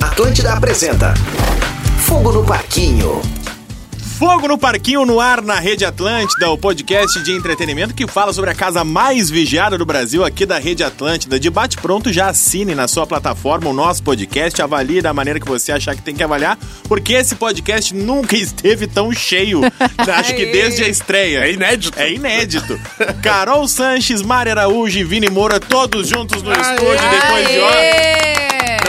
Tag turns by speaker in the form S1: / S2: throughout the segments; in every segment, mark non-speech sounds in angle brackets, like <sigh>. S1: Atlântida apresenta Fogo no Parquinho.
S2: Fogo no Parquinho no ar na Rede Atlântida, o podcast de entretenimento que fala sobre a casa mais vigiada do Brasil aqui da Rede Atlântida. De bate pronto, já assine na sua plataforma o nosso podcast, avalie da maneira que você achar que tem que avaliar, porque esse podcast nunca <laughs> esteve tão
S3: <laughs>
S2: cheio. Acho que desde a estreia.
S3: É inédito.
S2: É inédito. Carol Sanches, Mari Araújo e Vini Moura, todos juntos no
S3: Aê!
S2: estúdio depois de horas.
S4: Aê!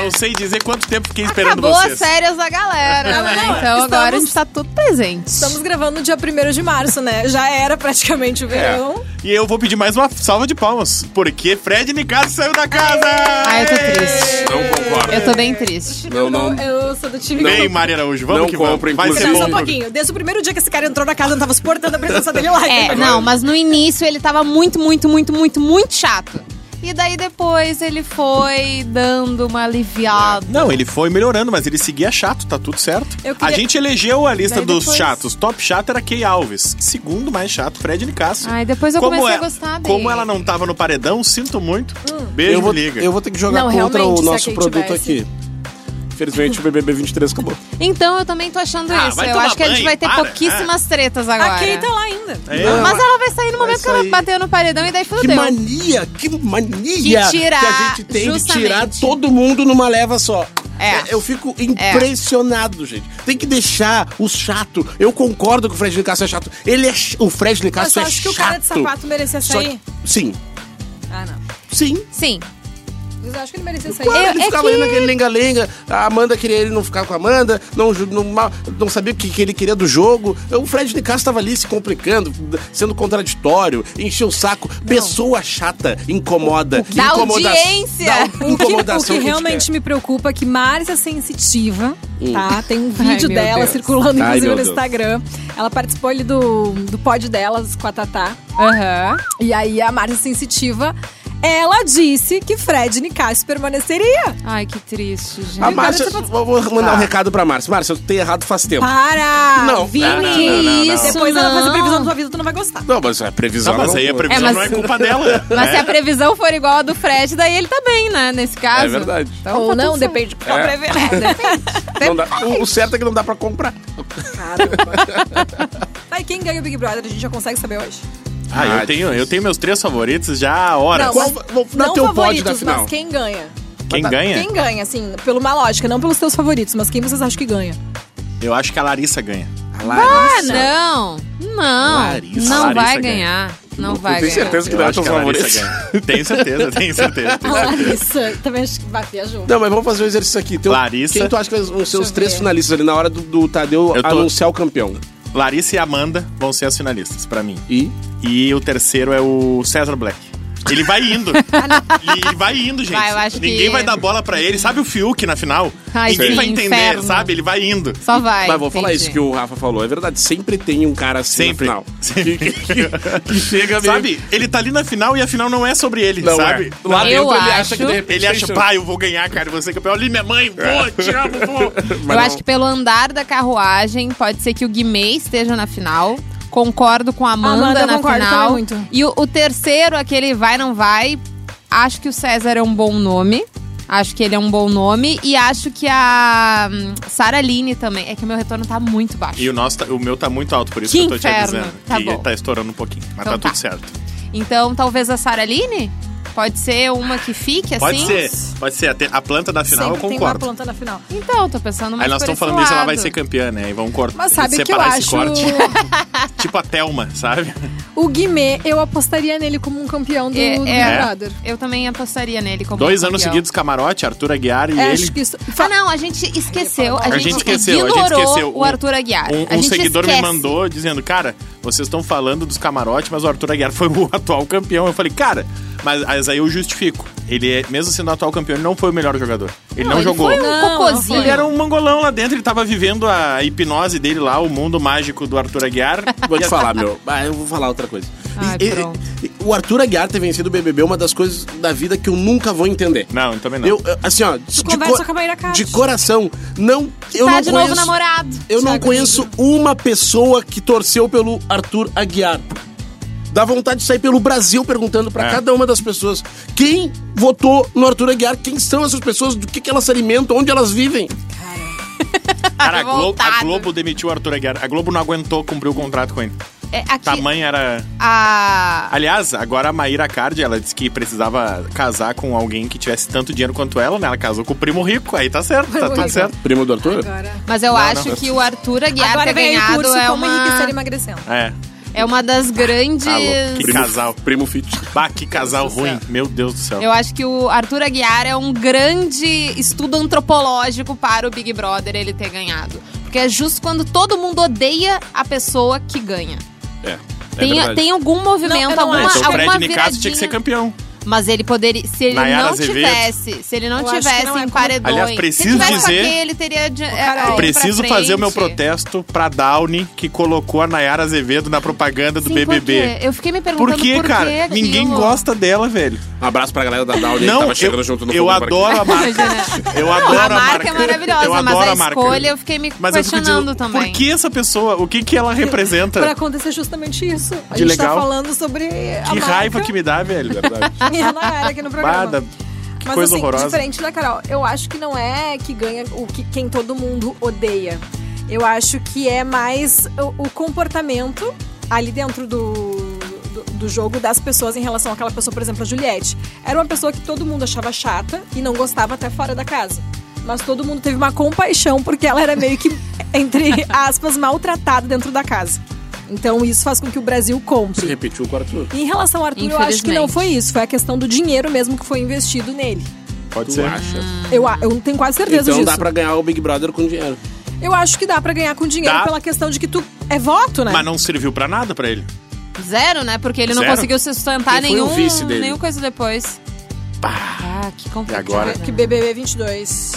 S2: Não sei dizer quanto tempo fiquei esperando
S4: Acabou as
S2: vocês.
S4: férias da galera, né?
S5: não,
S4: então
S5: estamos-
S4: agora a gente tá tudo presente.
S5: Estamos gravando no dia 1 de março, né? Já era
S3: É.
S5: praticamente o verão.
S2: E eu vou pedir mais uma salva de palmas, porque Fred Nicasso saiu da casa!
S4: Ah, eu tô triste.
S3: Não concordo.
S4: Eu é tô bem triste.
S3: Não, não.
S5: Eu sou do time que
S2: Vem,
S5: não-
S2: Maria Araújo, vamos
S3: Não
S2: que vamos.
S3: compra,
S2: Vai ser
S5: Espera
S2: bom.
S5: só um pouquinho. Desde o primeiro dia que esse cara entrou na casa, eu não tava suportando a presença dele lá.
S4: É, não, mas no início ele tava muito, muito, muito, muito, muito chato. E daí depois ele foi dando uma aliviada.
S2: Não, ele foi melhorando, mas ele seguia chato, tá tudo certo.
S5: Eu queria-
S2: A gente elegeu a lista
S5: Daí
S2: dos
S5: depois-
S2: chatos. Top chato era Key Alves. Segundo mais chato, Fred Nicasso.
S4: Ai, depois eu
S2: Como
S4: comecei
S2: é-
S4: a gostar dele. Hum.
S2: Como ela não tava no paredão, sinto muito. Beijo,
S3: Eu vou,
S2: me liga.
S3: eu vou ter que jogar
S5: Não,
S3: contra
S5: realmente,
S3: o
S5: se a
S3: nosso
S5: Kate
S3: produto
S5: tivesse-
S3: aqui. Infelizmente, o BBB 23 acabou.
S4: Então eu também tô achando
S2: Ah,
S4: isso.
S2: vai
S4: Eu
S2: tomar
S4: acho que a gente
S2: banho,
S4: vai ter
S2: para.
S4: pouquíssimas tretas agora.
S5: A Kay tá lá ainda.
S3: Ah,
S2: É,
S4: Mas ela vai sair no momento que ela
S3: sair.
S4: bateu no paredão e daí
S3: Que
S4: fudeu.
S3: mania, que mania
S4: Que tirar,
S3: a gente tem de
S4: justamente.
S3: tirar todo mundo numa leva só.
S4: É.
S3: Eu fico
S5: É.
S3: impressionado, gente. Tem que deixar o chato. Eu concordo que o Fred Licasso é chato. Ele é ch- o Fred
S5: Eu
S3: Licasso
S5: só
S3: é
S5: acho
S3: chato.
S5: que o cara de sapato merecia
S3: Só que-
S5: sair.
S3: sim,
S5: Ah, não.
S3: sim.
S4: Sim.
S5: Mas eu acho que ele merecia sair.
S3: Claro,
S4: Eu-
S3: ele
S4: é
S3: ficava
S4: que-
S3: ali naquele lenga-lenga. A Amanda queria ele não ficar com a Amanda, não, ju- não, ma- não sabia o que, que ele queria do jogo. O Fred de Castro tava ali se complicando, d- sendo contraditório, encheu o saco. Pessoa chata, incomoda.
S4: Da
S3: incomoda-
S4: audiência. <laughs>
S3: dá
S5: O que, o
S3: incomodação
S5: que
S3: que a gente
S5: realmente me preocupa é que Márcia Sensitiva, tá? Tem <laughs> um vídeo
S4: meu
S5: dela
S4: Deus.
S5: circulando,
S3: Ai,
S5: inclusive,
S3: meu
S5: no
S3: Deus.
S5: Instagram. Ela participou ali do, do pod delas com a Tatá.
S4: Aham.
S5: E aí a Márcia Sensitiva, ela disse que Fred Nicásio permaneceria.
S4: Ai, que triste, gente.
S3: quer. A Márcia, vou vou mandar
S4: Tá.
S3: um recado pra Márcia. Márcia, eu tenho errado faz tempo.
S5: Para!
S3: Não,
S5: Vini,
S3: não, não, não, não, não.
S5: Depois ela faz a
S4: Não.
S5: previsão da tua vida, tu não vai gostar.
S3: Não, mas é previsão.
S2: Ah, mas aí a previsão
S4: É, mas-
S2: não é culpa dela.
S4: <laughs> Mas se a previsão for igual a do Fred, daí ele tá bem, né? Nesse caso.
S3: É verdade.
S4: Então,
S5: Ou
S4: tá
S5: não,
S4: tudo certo.
S5: depende do que tá
S3: É.
S5: <laughs> prevendo.
S3: Não dá- o, o certo é que não dá pra comprar.
S5: Tá, e quem ganha o Big Brother? A gente já consegue saber hoje.
S2: Ah, eu tenho, eu tenho meus três favoritos já há horas.
S5: Não,
S3: Qual,
S5: mas-
S3: vou dar
S5: não
S3: teu pódio
S5: favoritos,
S3: da final.
S5: mas quem ganha?
S2: Quem
S4: tá-
S2: ganha?
S5: Quem ganha, assim, pela uma lógica, não pelos teus favoritos, mas quem vocês acham que ganha?
S2: Eu acho que a Larissa ganha.
S3: A
S4: Ah,
S3: Larissa.
S4: não. Não.
S3: Larissa.
S4: Não
S2: Larissa ganha.
S4: vai ganhar. Não
S3: Eu
S4: vai
S3: tenho
S4: ganhar.
S3: certeza que
S2: Eu
S3: não é
S2: acho
S3: teu
S2: que a Larissa
S3: favorito.
S2: ganha. Tenho certeza,
S3: <laughs>
S2: tenho certeza.
S5: A
S2: Tenho certeza.
S5: Ah, Larissa, também acho que vai viajar.
S3: Não, mas vamos fazer um exercício aqui. Teu-
S2: Larissa.
S3: Quem tu acha que vão ser
S5: eu
S3: os três
S5: ver.
S3: finalistas ali na hora do, do Tadeu
S2: Eu tô-
S3: anunciar o campeão?
S2: Larissa e Amanda vão ser as finalistas, pra mim.
S3: E?
S2: E o terceiro é o César Black. Ele vai
S4: <laughs>
S2: indo. ele vai indo, gente.
S4: Ah, Vai, eu acho que-
S2: Ninguém vai dar bola pra ele. Sabe o Fiuk na final?
S4: Ai,
S2: Ninguém
S4: sim,
S2: vai entender,
S4: inferno.
S2: sabe? Ele vai indo.
S4: Só vai.
S3: mas vou falar
S4: Ah, entendi.
S3: isso que o Rafa falou. É verdade, sempre tem um cara assim
S2: Sempre. <laughs>
S3: na final.
S2: Sempre.
S3: Que, tá que- que chega meio...
S2: Sabe? Ele tá ali na final e a final não é sobre ele,
S3: Não,
S2: sabe?
S3: é. Lá
S4: Eu
S3: dentro ele
S4: acho-
S3: acha que de repente...
S2: Ele acha,
S3: tem
S2: pai, eu vou ganhar, cara, você é campeão. Olha minha
S3: É.
S2: mãe, boa, te amo, vou.
S3: chance.
S4: Eu
S3: <laughs> Mas
S4: acho que pelo andar da carruagem, pode ser que o Guimê esteja na final. Concordo com a Amanda,
S5: Amanda, eu
S4: na
S5: concordo
S4: final.
S5: também muito.
S4: E o, o terceiro, aquele vai, não vai. Acho que o César é um bom nome. Acho que ele é um bom nome. E acho que a hum, Sara Aline também. É que o meu retorno tá muito baixo.
S2: E o, nosso, tá- o meu tá muito alto, por isso
S4: Que
S2: que, eu tô te
S4: inferno.
S2: avisando.
S4: Tá
S2: que
S4: bom.
S2: tá estourando um pouquinho. Mas
S4: Então
S2: tá,
S4: tá.
S2: tudo certo.
S4: Então, talvez a Sara Aline? Pode ser uma que fique,
S2: Pode
S4: assim?
S2: ser, pode ser. Até A planta da final
S5: É Sempre
S2: eu
S5: tem uma
S2: concordo.
S5: planta na final.
S4: Então, tô pensando mais
S2: Aí nós
S4: por
S2: estamos
S4: esse
S2: falando isso, ela vai
S4: lado.
S2: ser campeã, né? E vão cortar.
S5: Mas sabe que eu
S2: separar esse
S5: acho
S2: corte. <laughs> tipo a Thelma,
S5: <laughs>
S2: sabe?
S5: o Guimê, eu apostaria nele como um campeão do,
S4: É,
S5: do
S4: é.
S5: Big Brother.
S4: Eu também apostaria nele como
S2: Dois
S4: campeão.
S2: anos seguidos, Camarote, Arthur Aguiar e
S5: É,
S2: ele.
S5: acho que isso.
S4: Ah, não, a gente esqueceu. A gente,
S2: A gente esqueceu, a gente
S4: ignorou
S2: esqueceu.
S4: o Arthur Aguiar.
S2: Um,
S4: a
S2: um
S4: gente
S2: seguidor
S4: esquece.
S2: me mandou dizendo, cara, vocês estão falando dos camarotes, mas o Arthur Aguiar foi o <laughs> atual campeão. Eu falei, cara, mas, mas aí eu justifico. Ele, é- mesmo sendo o atual campeão, ele não foi o melhor jogador. Ele não,
S4: ele
S2: jogou.
S4: Foi um
S5: Não, não
S4: cocôzinho.
S2: Ele era um mangolão lá dentro, ele tava vivendo a hipnose dele lá, o mundo mágico do Arthur
S4: <laughs>
S2: Aguiar.
S3: Vou te
S2: E a-
S3: falar, meu. Ah, eu vou falar outra coisa.
S4: Ai,
S3: E- e-
S4: Ah, pronto.
S3: e- o Arthur Aguiar ter vencido o BBB é uma das coisas da vida que eu nunca vou entender.
S2: Não, eu também não.
S3: Eu, eu- assim, ó, de,
S5: conversa com a Mayra Card.
S3: de coração, não. Eu
S4: tá
S3: não
S4: de
S3: conheço,
S4: novo namorado.
S3: Eu
S4: <laughs>
S3: não
S5: Thiago
S3: conheço uma pessoa que torceu pelo Arthur Aguiar. Dá vontade de sair pelo Brasil perguntando pra
S2: É.
S3: cada uma das pessoas quem votou no Arthur Aguiar, quem são essas pessoas, do que, que elas se alimentam, onde elas vivem.
S2: Cara, a Globo, a
S4: Revoltado.
S2: Globo demitiu o Arthur Aguiar. A Globo não aguentou cumprir o contrato com ele.
S4: É, aqui,
S2: Tamanho era.
S4: a...
S2: Aliás, agora a Maíra Cardi, ela disse que precisava casar com alguém que tivesse tanto dinheiro quanto ela, né? Ela casou com o primo rico, aí tá certo, tá
S5: Primo
S2: tudo
S5: rico.
S2: certo.
S3: Primo do Arthur?
S5: Agora.
S4: Mas eu
S2: Não,
S4: acho
S2: não.
S4: que o Arthur Aguiar
S5: Agora
S4: ter
S5: vem aí o
S4: ganhado
S5: curso
S4: é
S5: como enriquecer
S4: uma,
S5: emagrecendo.
S2: É.
S4: é uma das grandes...
S2: Alô, que
S3: Primo-
S2: casal.
S3: Primo Fit. É
S2: Bah, que casal
S4: Deus do
S2: ruim.
S4: céu.
S2: Meu Deus do céu.
S4: Eu acho que o Arthur Aguiar é um grande estudo antropológico para o Big Brother ele ter ganhado. Porque é justo quando todo mundo odeia a pessoa que ganha.
S3: É.
S4: tem,
S3: verdade.
S4: tem algum
S5: Não,
S4: movimento,
S5: eu não é.
S4: alguma,
S2: Ah, então o
S4: alguma
S2: Fred Nicasso tinha
S4: viradinha.
S2: que ser campeão.
S4: Mas ele poderia. Se ele
S2: Nayara
S4: não
S2: Azevedo.
S4: tivesse. Se ele não
S5: Eu acho que
S4: tivesse
S5: não
S4: em
S5: é como-
S4: paredões.
S2: Aliás,
S4: se
S2: preciso
S4: tivesse
S2: dizer-
S4: com aquele, ele teria. de-
S5: caralho.
S4: é,
S5: Eu
S4: pra
S2: Preciso
S4: frente.
S2: fazer o meu protesto pra Downey, que colocou a Nayara Azevedo na propaganda do
S4: Sim, Por
S2: BBB.
S4: quê? Eu fiquei me perguntando
S2: Por
S4: por
S2: quê,
S4: que
S2: cara?
S4: aquilo.
S2: Ninguém gosta dela, velho.
S3: Um abraço pra galera da Downey que
S2: Não,
S3: tava chegando
S2: eu,
S3: junto no
S2: eu
S3: Fogo do né?
S2: adoro a marca. Eu adoro
S4: a
S2: a
S4: marca é maravilhosa,
S2: eu
S4: mas
S2: adoro
S4: a
S2: marca.
S4: escolha eu fiquei me
S2: Mas eu fico
S4: questionando
S2: dizendo,
S4: também.
S2: Por que essa pessoa, o que que
S4: <laughs>
S2: ela representa?
S5: <laughs> Pra acontecer justamente isso. A
S2: De
S5: gente
S2: legal.
S5: tá falando sobre.
S2: Que raiva
S5: <laughs>
S2: que me dá, velho.
S3: <laughs> Verdade.
S5: me era <laughs> aqui no programa.
S2: Bada, que
S5: Mas
S2: coisa
S5: assim,
S2: horrorosa.
S5: diferente da Carol, eu acho que não é que ganha o que quem todo mundo odeia. Eu acho que é mais o, o comportamento ali dentro do, do, do jogo das pessoas em relação àquela pessoa, por exemplo, a Juliette. Era uma pessoa que todo mundo achava chata e não gostava até fora da casa. Mas todo mundo teve uma compaixão porque ela era meio que, <laughs> entre aspas, maltratada dentro da casa. Então isso faz com que o Brasil
S3: Se
S5: compre.
S3: repetiu com o Arthur.
S5: Em relação ao Arthur, eu acho que não
S4: Infelizmente.
S5: foi isso. Foi a questão do dinheiro mesmo que foi investido nele.
S2: Pode
S3: Tu
S2: ser.
S3: acha?
S4: Ah,
S5: Eu, a- eu tenho quase certeza
S3: Então
S5: disso.
S3: dá pra ganhar o Big Brother com dinheiro.
S5: Eu acho que dá pra ganhar com dinheiro
S2: Dá.
S5: pela questão de que tu é voto, né?
S2: Mas não serviu pra nada pra ele.
S4: Zero, né? Porque ele não
S2: Zero? um
S4: conseguiu se sustentar
S3: Quem foi o
S4: nenhum,
S3: vice dele?
S4: nenhum coisa depois. Ah, que complicado.
S2: agora?
S5: Que BBB 22.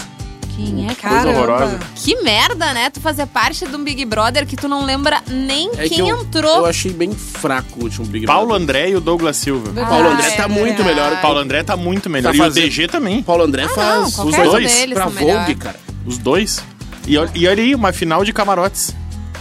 S4: Quem é, cara?
S5: Caramba.
S2: horrorosa.
S4: Que merda, né? Tu fazer parte de um Big Brother que tu não lembra nem
S3: É
S4: quem
S3: que eu,
S4: entrou.
S3: eu achei bem fraco o último Big
S2: Paulo
S3: Brother.
S2: André e o Douglas Silva.
S4: Ah,
S3: Paulo André tá
S4: é
S3: muito
S4: verdade. Ah,
S3: melhor.
S2: Paulo André tá muito melhor.
S3: Tá
S2: e
S3: fazendo-
S2: o DG também.
S3: Paulo André
S4: não,
S3: faz os
S4: qualquer
S2: um
S3: dois
S4: deles
S3: pra
S4: tá melhor.
S3: Vogue, cara.
S2: Os dois. E, ol- e olha aí, uma final de camarotes.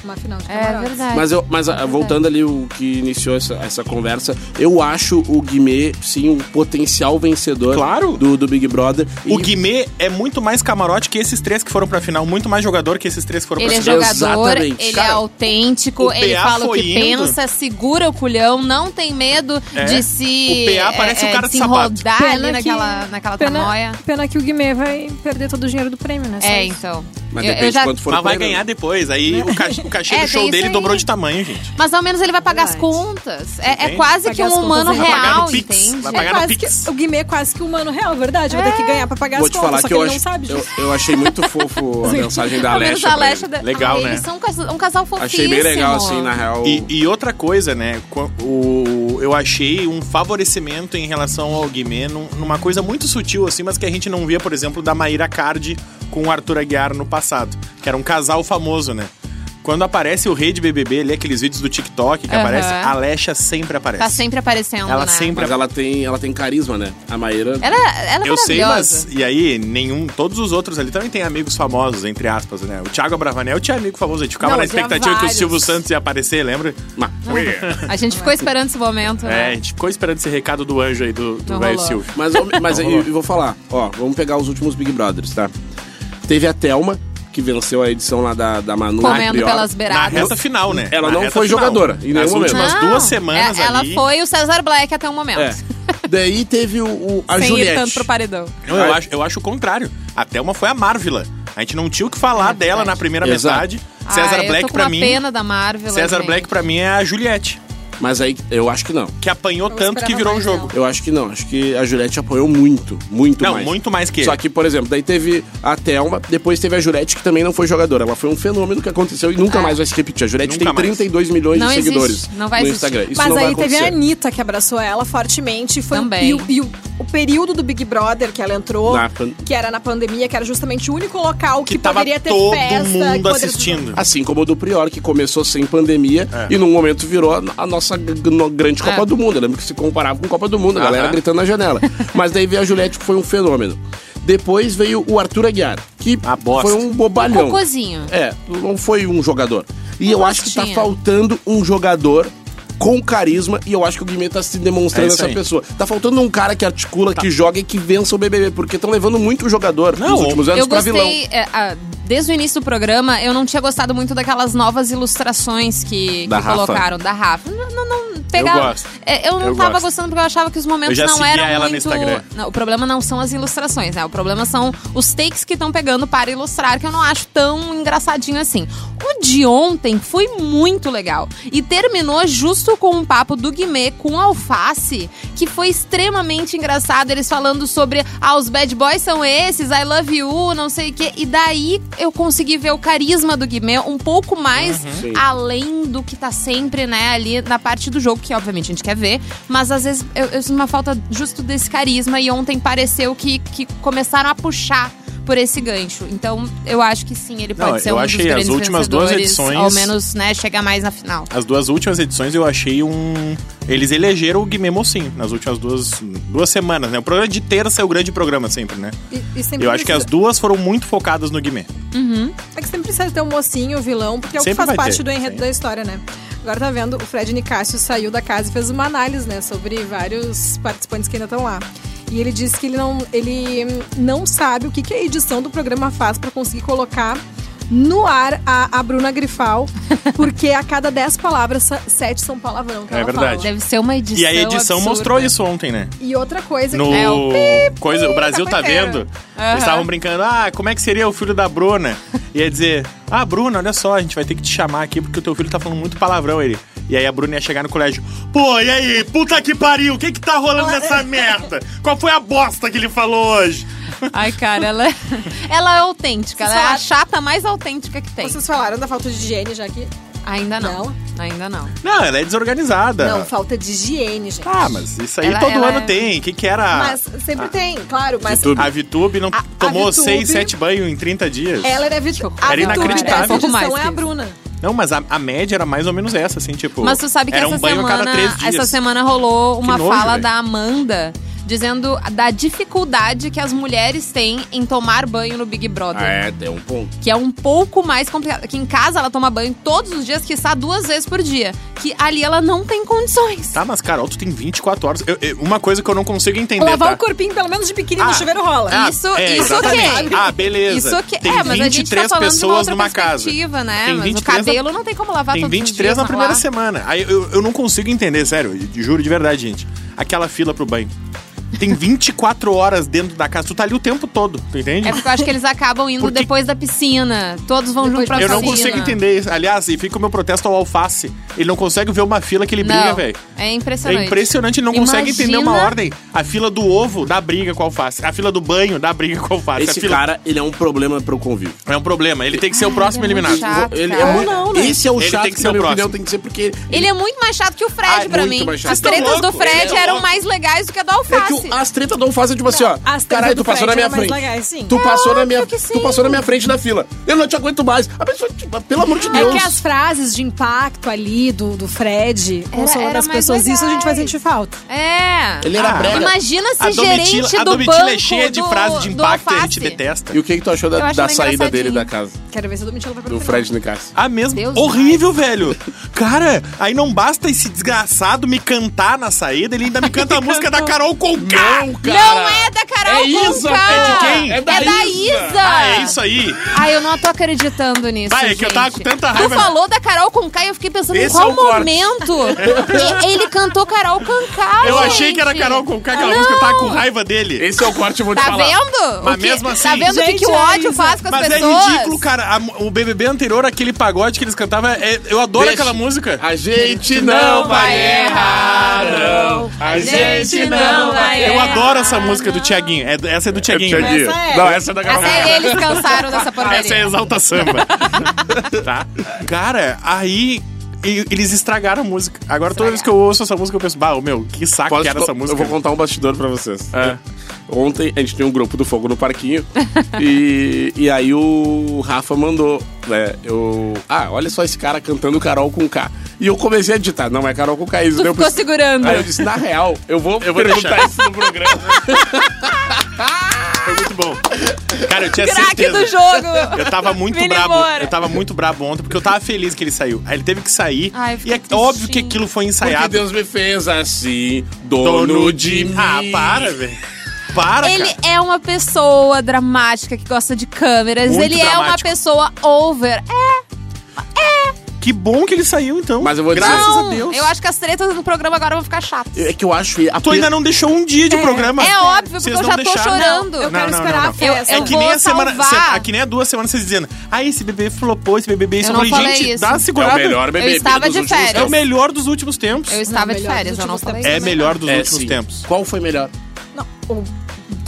S5: Uma final de
S4: É
S5: camarotes.
S4: verdade.
S3: Mas, eu, mas ah, voltando ali o que iniciou essa, essa conversa, eu acho o Guimê, sim, um potencial vencedor
S2: Claro.
S3: do, do Big Brother.
S2: O
S3: E-
S2: Guimê é muito mais camarote que esses três que foram pra final. Muito mais jogador que esses três que foram
S4: Ele
S2: pra
S4: é
S2: final.
S4: jogador,
S3: Exatamente.
S4: ele é
S3: Cara,
S4: autêntico,
S2: o
S4: ele
S2: PA
S4: fala o
S2: foi
S4: que
S2: indo.
S4: pensa, segura o culhão, não tem medo
S2: É.
S4: de se.
S2: O PA parece
S4: é,
S2: um cara de
S4: se
S2: sapato.
S4: enrodar ali naquela, naquela
S5: pena,
S4: tramóia.
S5: pena que o Guimê vai perder todo o dinheiro do prêmio, né? Só
S4: É,
S5: isso.
S4: então.
S3: Mas
S4: Eu- eu
S3: depende
S4: já-
S3: de quanto for
S2: Mas
S3: o né?
S2: vai
S3: prêmio.
S2: ganhar depois. Aí o cachê, o cachê
S4: <laughs> É,
S2: do
S4: tem
S2: show
S4: isso
S2: dele
S4: aí.
S2: dobrou de tamanho, gente.
S4: Mas ao menos ele vai pagar as
S5: Verdade.
S4: contas. É, é
S2: Entende?
S4: quase que
S5: Pagar as
S4: um
S5: contas,
S4: humano
S5: ele vai
S2: pagar no
S4: real,
S2: Pix,
S4: entende?
S2: vai
S5: É
S2: pagar no
S5: quase
S2: Pix.
S5: que- o Guimê é quase que o humano real, verdade. Vai ter
S4: É.
S5: que ganhar pra pagar
S3: Vou
S5: as
S3: te
S5: contas,
S3: falar
S5: só que,
S3: que, eu,
S5: ele
S3: acho-
S5: não sabe
S3: eu,
S5: disso.
S2: <laughs>
S3: eu achei muito fofo a mensagem da
S4: Ao menos
S3: Alexa.
S4: a
S3: pra ele.
S4: Alexa-
S2: Legal,
S4: ah,
S2: né?
S4: Eles são um casal, um casal fofíssimo.
S3: Achei bem legal, assim, na real.
S2: E, e outra coisa, né? co- O, eu achei um favorecimento em relação ao Guimê num- numa coisa muito sutil, assim, mas que a gente não via, por exemplo, da Maíra Cardi com o Arthur Aguiar no passado, que era um casal famoso, né? Quando aparece o Rei de BBB, ali, aqueles vídeos do TikTok que
S4: Aham.
S2: aparece, a Alexa sempre aparece.
S4: Tá sempre aparecendo,
S2: Ela
S4: né?
S2: sempre
S3: Mas ela tem, ela tem carisma, né? A Maíra.
S4: Ela, ela é
S2: Eu sei, mas.
S4: maravilhosa.
S2: E aí, nenhum. Todos os outros ali também tem amigos famosos, entre aspas, né? O Thiago Abravanel tinha amigo famoso. A gente ficava
S5: Não,
S2: na
S5: tinha
S2: expectativa que o
S5: vários.
S2: Silvio Santos ia aparecer, lembra?
S3: Mas-
S4: Ah. A gente ficou esperando esse momento,
S2: É, a
S4: né?
S2: gente ficou esperando esse recado do anjo aí, do, do
S4: Não
S2: velho
S4: Então rolou.
S2: Silvio.
S3: Mas, eu- mas eu, eu vou falar, ó, vamos pegar os últimos Big Brothers, tá? Teve a Thelma, que venceu a edição lá da, da Manu. na
S4: Comendo
S3: Prior.
S4: pelas
S2: Na
S4: beiradas.
S2: reta final, né?
S3: Ela
S2: Na
S3: não
S2: reta
S3: foi
S2: final.
S3: jogadora, em
S2: Nas
S3: nenhum
S2: últimas
S4: Não,
S2: duas semanas
S4: é- Ela
S2: ali.
S4: foi o César Black até o momento. <laughs>
S3: É. Daí teve o, o- a
S4: Sem ir tanto
S3: Juliette.
S4: pro paredão.
S2: Não, eu, acho, eu acho o contrário. A Thelma foi a Marvila. A gente não tinha o que falar dela na primeira
S3: Exato.
S2: metade. César
S4: É ah, eu tô
S2: Black,
S4: com
S2: pra
S4: uma
S2: mim.
S4: pena da Marvel.
S2: César
S4: gente.
S2: Black, pra mim, é a Juliette.
S3: Mas aí, eu acho que não.
S2: Que apanhou
S5: Eu
S2: tanto que
S5: esperava
S2: virou o
S5: mais
S2: jogo.
S3: Eu acho que não. Acho que a Juliette apoiou muito, muito
S2: Não,
S3: mais.
S2: muito mais que ele.
S3: Só que, por exemplo, daí teve a Thelma, depois teve a Juliette, que também não foi jogadora. Ela foi um fenômeno que aconteceu e nunca mais vai se repetir. A Juliette
S2: Nunca
S3: tem
S2: mais.
S3: 32 milhões
S4: É. Não
S3: de
S4: existe,
S3: seguidores
S4: não vai
S3: no
S4: existir.
S3: Instagram. Isso
S5: Mas
S3: não vai
S5: aí teve
S3: acontecer.
S5: a Anitta que abraçou ela fortemente. Foi
S4: Também.
S5: E, o, e o- o período do Big Brother que ela entrou,
S3: Na pan-
S5: que era na pandemia, que era justamente o único local que,
S2: Que tava
S5: poderia ter
S2: todo
S5: festa. que
S2: mundo
S5: poderia-
S2: assistindo.
S3: Assim como o do Prior, que começou sem pandemia
S2: É.
S3: e num momento virou a- a nossa g- no- grande Copa
S4: É.
S3: do Mundo. Eu lembro que se comparava com Copa do Mundo, a
S2: Aham.
S3: galera gritando
S2: <laughs>
S3: na janela. Mas daí veio a Juliette, que foi um fenômeno. Depois veio o Arthur Aguiar, que
S2: A bosta.
S3: foi um bobalhão.
S4: Cocôzinho.
S3: É, não foi um jogador. E eu acho que tá
S4: gostinho.
S3: faltando um jogador com carisma e eu acho que o Guimê tá se demonstrando
S2: É isso
S3: essa
S2: aí. Tá.
S3: pessoa. Tá faltando um cara que articula, que joga e que vença o BBB, porque estão levando muito jogador
S2: Não,
S3: nos últimos anos
S4: Eu
S3: pra vilão.
S4: gostei, é, a- desde o início do programa, eu não tinha gostado muito daquelas novas ilustrações que,
S3: Da
S4: que
S3: Rafa.
S4: colocaram da Rafa. Não, não, não pegava.
S2: gosto.
S4: É, eu não
S2: Eu
S4: tava
S2: gosto.
S4: gostando porque eu achava que os
S2: Eu
S4: momentos
S2: já
S4: não
S2: seguia
S4: eram
S2: ela no
S4: muito.
S2: Instagram.
S4: Não, o problema não são as ilustrações, né? O problema são os takes que estão pegando para ilustrar, que eu não acho tão engraçadinho assim. O de ontem foi muito legal. E terminou justo com um papo do Guimê com alface, que foi extremamente engraçado. Eles falando sobre, ah, os bad boys são esses, I love you, não sei o quê. E daí eu consegui ver o carisma do Guimê um pouco mais
S3: Sim.
S4: além do que tá sempre, né, ali na parte do jogo, que obviamente a gente quer ver. Mas às vezes eu, eu sinto uma falta justo desse carisma e ontem pareceu que, que começaram a puxar por esse gancho. Então, eu acho que sim, ele
S2: Não,
S4: pode ser
S2: eu
S4: um
S2: achei
S4: dos
S2: as
S4: grandes
S2: últimas duas
S4: vencedores,
S2: edições-
S4: Ao menos, né, chegar mais na final.
S2: As duas últimas edições eu achei um. Eles elegeram o Guimê Mocinho nas últimas duas, duas semanas, né? O programa de terça é o grande programa sempre, né?
S5: E, e sempre
S2: Eu acho que as
S5: precisa-
S2: duas foram muito focadas no Guimê.
S5: É que sempre precisa ter um mocinho, um vilão, porque é o que
S2: Sempre
S5: faz
S2: vai
S5: parte
S2: ter,
S5: do enredo
S2: sim.
S5: da história, né? Agora tá vendo, o Fred Nicásio saiu da casa e fez uma análise, né, sobre vários participantes que ainda estão lá. E ele disse que ele não, ele hum, não sabe o que, que a edição do programa faz pra conseguir colocar no ar a, a
S2: <laughs>
S5: Bruna Grifal, porque a cada 10 palavras, sa- sete são palavrão. Que
S2: É
S5: ela
S2: verdade.
S5: fala.
S4: Então, Deve ser uma edição
S2: E a edição
S4: absurda.
S2: mostrou isso ontem, né?
S5: E outra coisa
S2: No.
S5: que
S4: É,
S2: coisa, o Brasil tá vendo.
S5: capoeira.
S4: Aham.
S2: Eles estavam brincando, ah, como é que seria o filho da Bruna? Ia dizer, ah, Bruna, olha só, a gente vai ter que te chamar aqui porque o teu filho tá falando muito palavrão, ele. E aí a Bruna ia chegar no colégio, pô, e aí, puta que pariu, o que que tá rolando nessa merda? Qual foi a bosta que ele falou hoje?
S4: Ai, cara,
S2: <laughs>
S4: ela é, ela é autêntica. Ela é a chata mais autêntica que tem.
S5: Vocês falaram da falta de higiene já aqui?
S4: Ainda não. Ainda não.
S2: Não, ela é desorganizada.
S5: Não, falta de higiene, gente.
S2: Tá, mas isso aí
S4: Ela-
S2: todo
S4: ela
S2: ano
S4: é-
S2: tem. O que, que era?
S5: Mas sempre tem, claro, mas
S3: Vitube.
S2: A Vitube não
S5: A- a
S2: tomou
S5: Vitube-
S2: 6, 7 banhos em 30 dias.
S5: Ela era vit... a
S2: Era
S5: VTube
S2: inacreditável.
S5: dessa
S2: Um pouco
S5: edição
S4: mais
S5: é
S4: que
S5: a
S4: isso.
S5: Bruna.
S2: Não, mas a, a média era mais ou menos essa, assim, tipo.
S4: Mas tu sabe que
S2: era
S4: essa,
S2: um banho
S4: semana,
S2: a cada 3 dias.
S4: essa semana rolou uma
S2: nojo,
S4: fala
S2: velho.
S4: da Amanda dizendo da dificuldade que as mulheres têm em tomar banho no Big Brother.
S3: Ah, é, deu um ponto.
S4: Que é um pouco mais complicado. Que em casa ela toma banho todos os dias, que está duas vezes por dia. Que ali ela não tem condições.
S2: Tá, mas Carol, tu tem 24 horas. Eu- eu- uma coisa que eu não consigo entender,
S5: Lavar
S2: tá?
S5: o corpinho, pelo menos de biquíni
S2: Ah,
S5: no chuveiro rola.
S2: Ah,
S4: Isso-
S2: é,
S4: isso
S2: exatamente.
S4: ok.
S2: Ah, beleza.
S4: Isso que
S2: Tem
S4: é, mas a gente tá
S2: 23
S4: falando de uma
S2: pessoas
S4: outra
S2: numa casa.
S4: perspectiva, né?
S2: Tem
S4: mas o
S2: 23 na-
S4: cabelo não tem como lavar
S2: Tem
S4: todos os
S2: 23
S4: dias,
S2: na
S4: não
S2: primeira
S4: lá.
S2: semana. Aí eu, eu não consigo entender, sério. Juro de verdade, gente. Aquela fila pro banho. Tem 24 horas dentro da casa. Tu tá ali o tempo todo, tu entende?
S4: É porque eu acho que eles acabam indo
S2: Porque-
S4: depois da piscina. Todos vão junto
S5: Depois
S4: pra
S5: da
S2: Eu não
S4: piscina.
S2: consigo entender isso. Aliás, e fica o meu protesto ao alface. Ele não consegue ver uma fila que ele briga,
S4: Não,
S2: velho.
S4: é
S2: É
S4: impressionante.
S2: impressionante, ele não consegue
S4: Imagina-
S2: entender uma ordem. A fila do ovo dá briga com a alface. A fila do banho dá briga com a alface.
S3: Esse
S2: a fila...
S3: cara, ele é um problema pro convívio.
S2: É um problema. Ele tem que ser o próximo
S4: ele é muito
S2: eliminado.
S4: chato. Ah,
S3: ele
S4: cara.
S3: é,
S5: Ou não, né?
S3: Esse é o
S2: Ele
S3: chato
S2: tem que
S3: que,
S2: ser
S3: na
S2: o
S3: minha opinião,
S2: próximo.
S3: tem que ser porque...
S4: Ele é muito mais chato que o Fred
S3: Ah, é
S4: pra
S3: muito
S4: mim.
S3: mais chato.
S4: As
S3: Tá
S4: tretas
S2: louco?
S4: do Fred
S2: Ele é
S4: eram
S2: louco.
S4: mais legais do que a do
S3: É que
S4: Alface.
S3: o- as tretas do alface é tipo assim, ó.
S5: as tretas
S3: Caralho, tu
S5: do
S3: passou
S5: Fred
S3: na minha
S5: eram mais
S3: frente.
S5: legais, sim.
S3: Tu
S5: É
S3: passou na
S4: óbvio
S3: minha,
S4: que
S3: tu
S4: sim.
S3: passou na minha frente na fila. Eu não te aguento mais. A pessoa, tipo, pelo amor de
S5: É
S3: Deus.
S5: que as frases de impacto ali do, do Fred, consolando
S4: era
S5: as
S4: mais
S5: pessoas, isso a gente vai
S4: legais.
S5: sentir falta.
S4: É.
S3: Ele era
S2: Ah,
S3: brega.
S4: Imagina se
S2: A
S4: gerente
S2: Domitila,
S4: do
S2: a Domitila é
S4: banco
S2: cheia de
S4: do-
S2: frase de
S4: do
S2: impacto e a
S4: Alface.
S2: gente detesta.
S3: E o que, que tu achou
S4: Eu
S3: da,
S4: acho
S3: da
S4: ele
S3: saída dele
S4: engraçadinho.
S3: da casa?
S5: Quero ver se o Domitila vai pra
S3: Do
S5: final.
S3: Fred Nicasso.
S2: A mesma.
S4: Deus
S2: Ah, Horrível, velho. Cara, aí não basta esse desgraçado me cantar na saída, ele ainda
S4: <laughs>
S2: me canta a música da Carol Conká.
S4: Não é da Carol
S3: É Isa,
S4: Conká.
S3: é de quem? É da Isa.
S4: Isa.
S2: Ah, é isso aí.
S4: Ai, eu não tô acreditando nisso.
S2: Vai, é que eu tava
S4: gente.
S2: com tanta raiva.
S4: Tu falou da Carol Conká e eu fiquei pensando em
S2: Esse é
S4: qual
S2: o corte. <laughs>
S4: momento e- ele cantou Carol Conká.
S2: Eu
S4: gente.
S2: achei que era Carol Conká, aquela música, eu tava com raiva dele.
S3: Esse é o corte, eu vou te
S4: Tá
S3: falar.
S4: vendo?
S2: Mas
S4: O que-
S2: mesmo assim-
S4: Tá vendo o que que
S5: Gente,
S4: o
S5: é
S4: ódio
S5: Isa.
S4: faz com as
S2: Mas
S4: pessoas?
S2: é ridículo, cara. A- o BBB anterior, aquele pagode que eles cantavam, é- eu adoro
S3: Deixa.
S2: aquela música.
S3: A gente não vai errar, não. A gente não vai
S2: Eu
S4: errar.
S2: adoro essa música do Tiaguinho. É- essa é do Tiaguinho. né?
S5: Essa é.
S3: Não, essa é da Carol
S4: Até
S3: Conká.
S4: eles cansaram dessa porcaria.
S2: Essa é Exalta
S4: <laughs>
S2: Samba. tá? Cara, aí e- eles estragaram a música. Agora toda vez que eu ouço essa música eu penso, bah, meu, que saco
S3: Posso
S2: que era
S3: co-
S2: essa música.
S3: Eu vou contar um bastidor pra vocês.
S2: É.
S3: Ontem a gente tem um grupo do Fogo no <laughs> Parquinho e, e aí o Rafa mandou, né? Eu. Ah, olha só esse cara cantando Carol com K. E eu comecei a digitar, não é Carol com K, isso
S4: Tu
S3: deu <laughs>
S4: ficou segurando.
S3: Aí eu disse, na real, eu vou,
S2: Eu vou
S3: perguntar
S2: deixar.
S3: isso no programa. Foi muito
S2: bom. Cara, eu tinha
S4: Craque
S2: certeza.
S4: do jogo!
S2: Eu tava muito
S4: Vini
S2: brabo.
S4: Moura.
S2: Eu tava muito brabo ontem, porque eu tava feliz que ele saiu. Aí ele teve que sair.
S4: Ai, eu
S2: e
S4: fiquei
S2: é óbvio
S4: tristinha.
S2: que aquilo foi
S3: Porque
S2: ensaiado.
S3: Deus me fez assim, dono, de mim.
S2: Ah, para, velho. Para,
S4: Ele
S2: cara.
S4: é uma pessoa dramática que gosta de câmeras.
S2: Muito
S4: ele é uma
S2: dramático.
S4: pessoa over. É,
S2: Que bom que ele saiu, então.
S3: Mas eu vou dizer- assim,
S2: Graças
S4: não.
S2: a Deus.
S4: Eu acho que as tretas do programa agora vão ficar chatas.
S3: É que eu acho... ele- A
S2: Tu ainda
S3: pe-
S2: não deixou um dia de programa.
S4: É óbvio, porque
S2: Vocês
S4: eu
S2: não
S4: já tô
S2: deixaram.
S4: chorando.
S2: Não,
S5: Eu quero
S2: não, não,
S5: esperar
S2: não.
S5: a festa.
S4: Eu-
S2: é
S4: eu-
S2: que
S4: vou
S2: nem a semana.
S4: salvar.
S2: se- é que nem há duas semanas vocês dizendo, ah, esse bebê flopou, esse bebê isso.
S4: Eu
S2: Eu
S4: não
S2: falei,
S4: falei
S2: gente,
S4: isso.
S2: dá uma
S3: É
S2: segurada.
S3: o melhor bebê.
S4: Eu estava
S3: dos
S4: de
S3: últimos
S4: férias.
S2: É o melhor dos últimos tempos.
S4: Eu estava de
S5: melhor
S4: férias,
S5: dos
S4: eu não
S5: últimos
S4: falei.
S5: tempos.
S2: É melhor dos
S3: É,
S2: últimos
S3: sim.
S2: tempos.
S3: Qual foi melhor?
S5: Não, o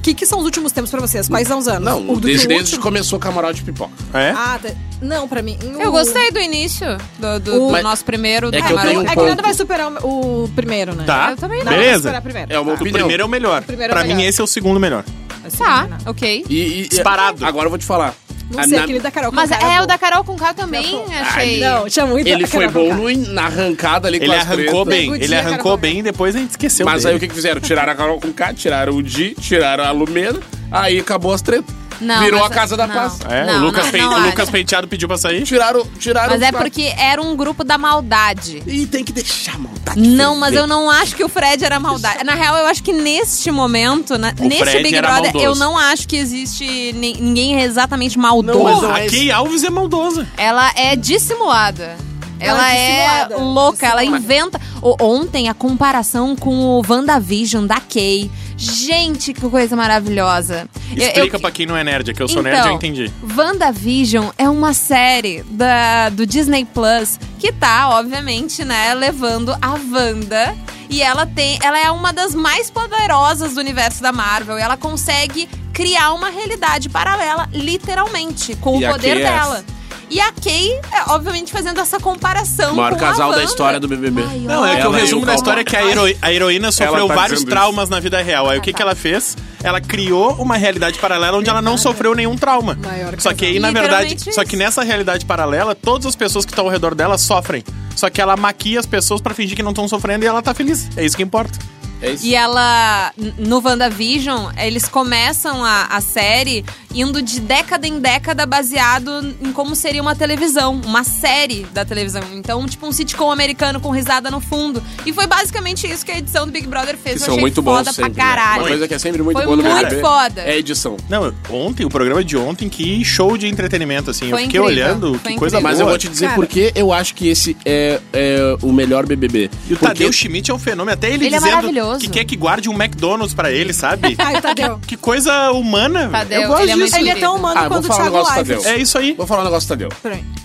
S5: que, que são os últimos tempos pra vocês? Quais são os anos?
S3: Não,
S5: o do
S3: desde,
S5: que o
S3: desde que
S5: último?
S3: começou o camarote pipoca.
S2: É?
S5: Ah, tá. não, pra mim. o-
S4: Eu gostei do início, do, do- do
S3: Mas-
S4: nosso primeiro, do
S3: É que eu
S5: É,
S3: tenho
S4: camarote.
S5: é que
S3: ponto.
S5: nada vai superar o, o primeiro, né?
S2: Tá.
S4: Eu também
S5: Nada vai superar
S2: Beleza.
S5: o primeiro.
S3: É uma
S5: tá.
S2: O
S3: opinião.
S2: primeiro é o melhor.
S5: primeiro é o
S2: Pra mim,
S5: melhor.
S2: esse é o segundo melhor.
S5: Assim,
S4: Tá,
S5: né?
S4: ok.
S3: E, e- e-
S2: Disparado.
S3: Agora eu vou te falar.
S5: Não
S3: A
S5: sei,
S3: na-
S5: aquele da Carol
S4: Mas
S5: Conká
S4: é
S5: bom.
S4: o da Carol com K também, achei.
S5: Não, tinha muito
S3: Ele
S5: da
S3: foi
S5: Carol
S3: bom
S5: Conká.
S3: no, in- na arrancada ali com
S2: Ele
S3: as
S2: arrancou
S3: tretas.
S2: bem,
S5: Pega o
S2: ele
S5: dia,
S2: arrancou
S5: cara,
S2: bem e depois a gente esqueceu
S3: Mas aí
S2: dele.
S3: o que que fizeram? Tiraram a Carol com K, tiraram o Di, tiraram a Lumena, aí acabou as tretas.
S4: Não,
S3: Virou
S4: mas-
S3: a Casa da
S4: não.
S3: Paz.
S2: É,
S4: Não,
S2: o Lucas,
S4: não,
S2: Pei-
S4: não
S2: o Lucas
S4: acho.
S2: Penteado pediu pra sair.
S3: Tiraram, tiraram
S4: Mas
S3: os
S4: é
S3: quatro.
S4: porque era um grupo da maldade.
S3: E tem que deixar Tá. a maldade.
S4: Não, mas
S3: ferver.
S4: eu não acho que o Fred era maldade. Na real, eu acho que neste momento, na- neste
S2: Fred
S4: Big
S2: era
S4: Brother,
S2: maldoso.
S4: eu não acho que existe ni- ninguém exatamente
S3: Não, mas
S4: maldoso.
S3: não
S2: Porra,
S3: é
S2: a
S3: esse-
S2: Key Alves é maldosa.
S4: Ela é dissimulada. Ela
S5: Ela é
S4: é,
S5: dissimulada,
S4: louca, ela
S5: dissimulada.
S4: inventa. O- ontem, a comparação com o WandaVision da Kay. Gente, que coisa maravilhosa. Eu- Então, eu-
S2: Explica pra quem não é nerd, é que eu sou nerd, eu entendi.
S4: WandaVision é uma série da, do Disney Plus que tá, obviamente, né, levando a Wanda. E ela tem. Ela é uma das mais poderosas do universo da Marvel. E ela consegue criar uma realidade paralela, literalmente, com
S3: E a
S4: o poder
S3: Kay é
S4: dela. E a Kay, é, obviamente, fazendo essa comparação.
S3: O maior
S4: com a
S3: casal da
S4: Wanda.
S3: história do BBB.
S4: Ai,
S2: Não, é que o
S3: Ela e o
S2: resumo da
S3: Calmar.
S2: história é que a, hero- a heroína sofreu
S3: tá
S2: vários
S3: dizendo
S2: traumas na vida real. Aí o que, que ela fez? Ela criou uma realidade paralela onde ela não sofreu nenhum trauma.
S5: Maior
S2: Só que aí, na verdade,
S4: Literalmente é
S2: só que
S4: isso.
S2: nessa realidade paralela, todas as pessoas que estão ao redor dela sofrem. Só que ela maquia as pessoas pra fingir que não estão sofrendo e ela tá feliz. É isso que importa.
S3: É isso.
S4: E ela, n- no WandaVision, eles começam a, a série indo de década em década baseado em como seria uma televisão, uma série da televisão. Então, tipo um sitcom americano com risada no fundo. E foi basicamente isso que a edição do Big Brother fez.
S3: Que
S4: Eu
S3: são
S4: achei
S3: muito bons
S4: foda
S3: sempre.
S4: pra
S3: né?
S4: caralho.
S3: Uma coisa que é sempre muito
S4: Foi
S3: boa no
S4: muito
S3: BBB
S4: foda.
S3: é a edição.
S2: Não, ontem, o programa de ontem, que show de entretenimento, assim. eu
S4: Foi
S2: fiquei
S4: incrível,
S2: olhando, que
S4: foi
S2: coisa
S4: incrível.
S2: mais
S3: Mas
S2: boa.
S3: eu vou te dizer
S5: Cara.
S3: por que eu acho que esse é, é o melhor BBB.
S2: E o
S3: Porque-
S2: Tadeu Schmidt é um fenômeno. Até ele,
S4: Ele é
S2: dizendo
S4: maravilhoso.
S2: que quer que guarde um McDonald's pra ele,
S4: <laughs>
S2: sabe?
S5: Ai, Tadeu.
S2: que coisa humana.
S4: Tadeu,
S2: eu gosto
S4: ele é muito
S2: disso.
S5: Ele é
S4: Querido.
S5: tão humano
S3: Ah, vou
S5: quanto o
S3: falar um
S5: Thiago
S3: negócio,
S5: Live.
S3: Tadeu.
S2: É isso aí.
S3: Vou falar um negócio do Tadeu.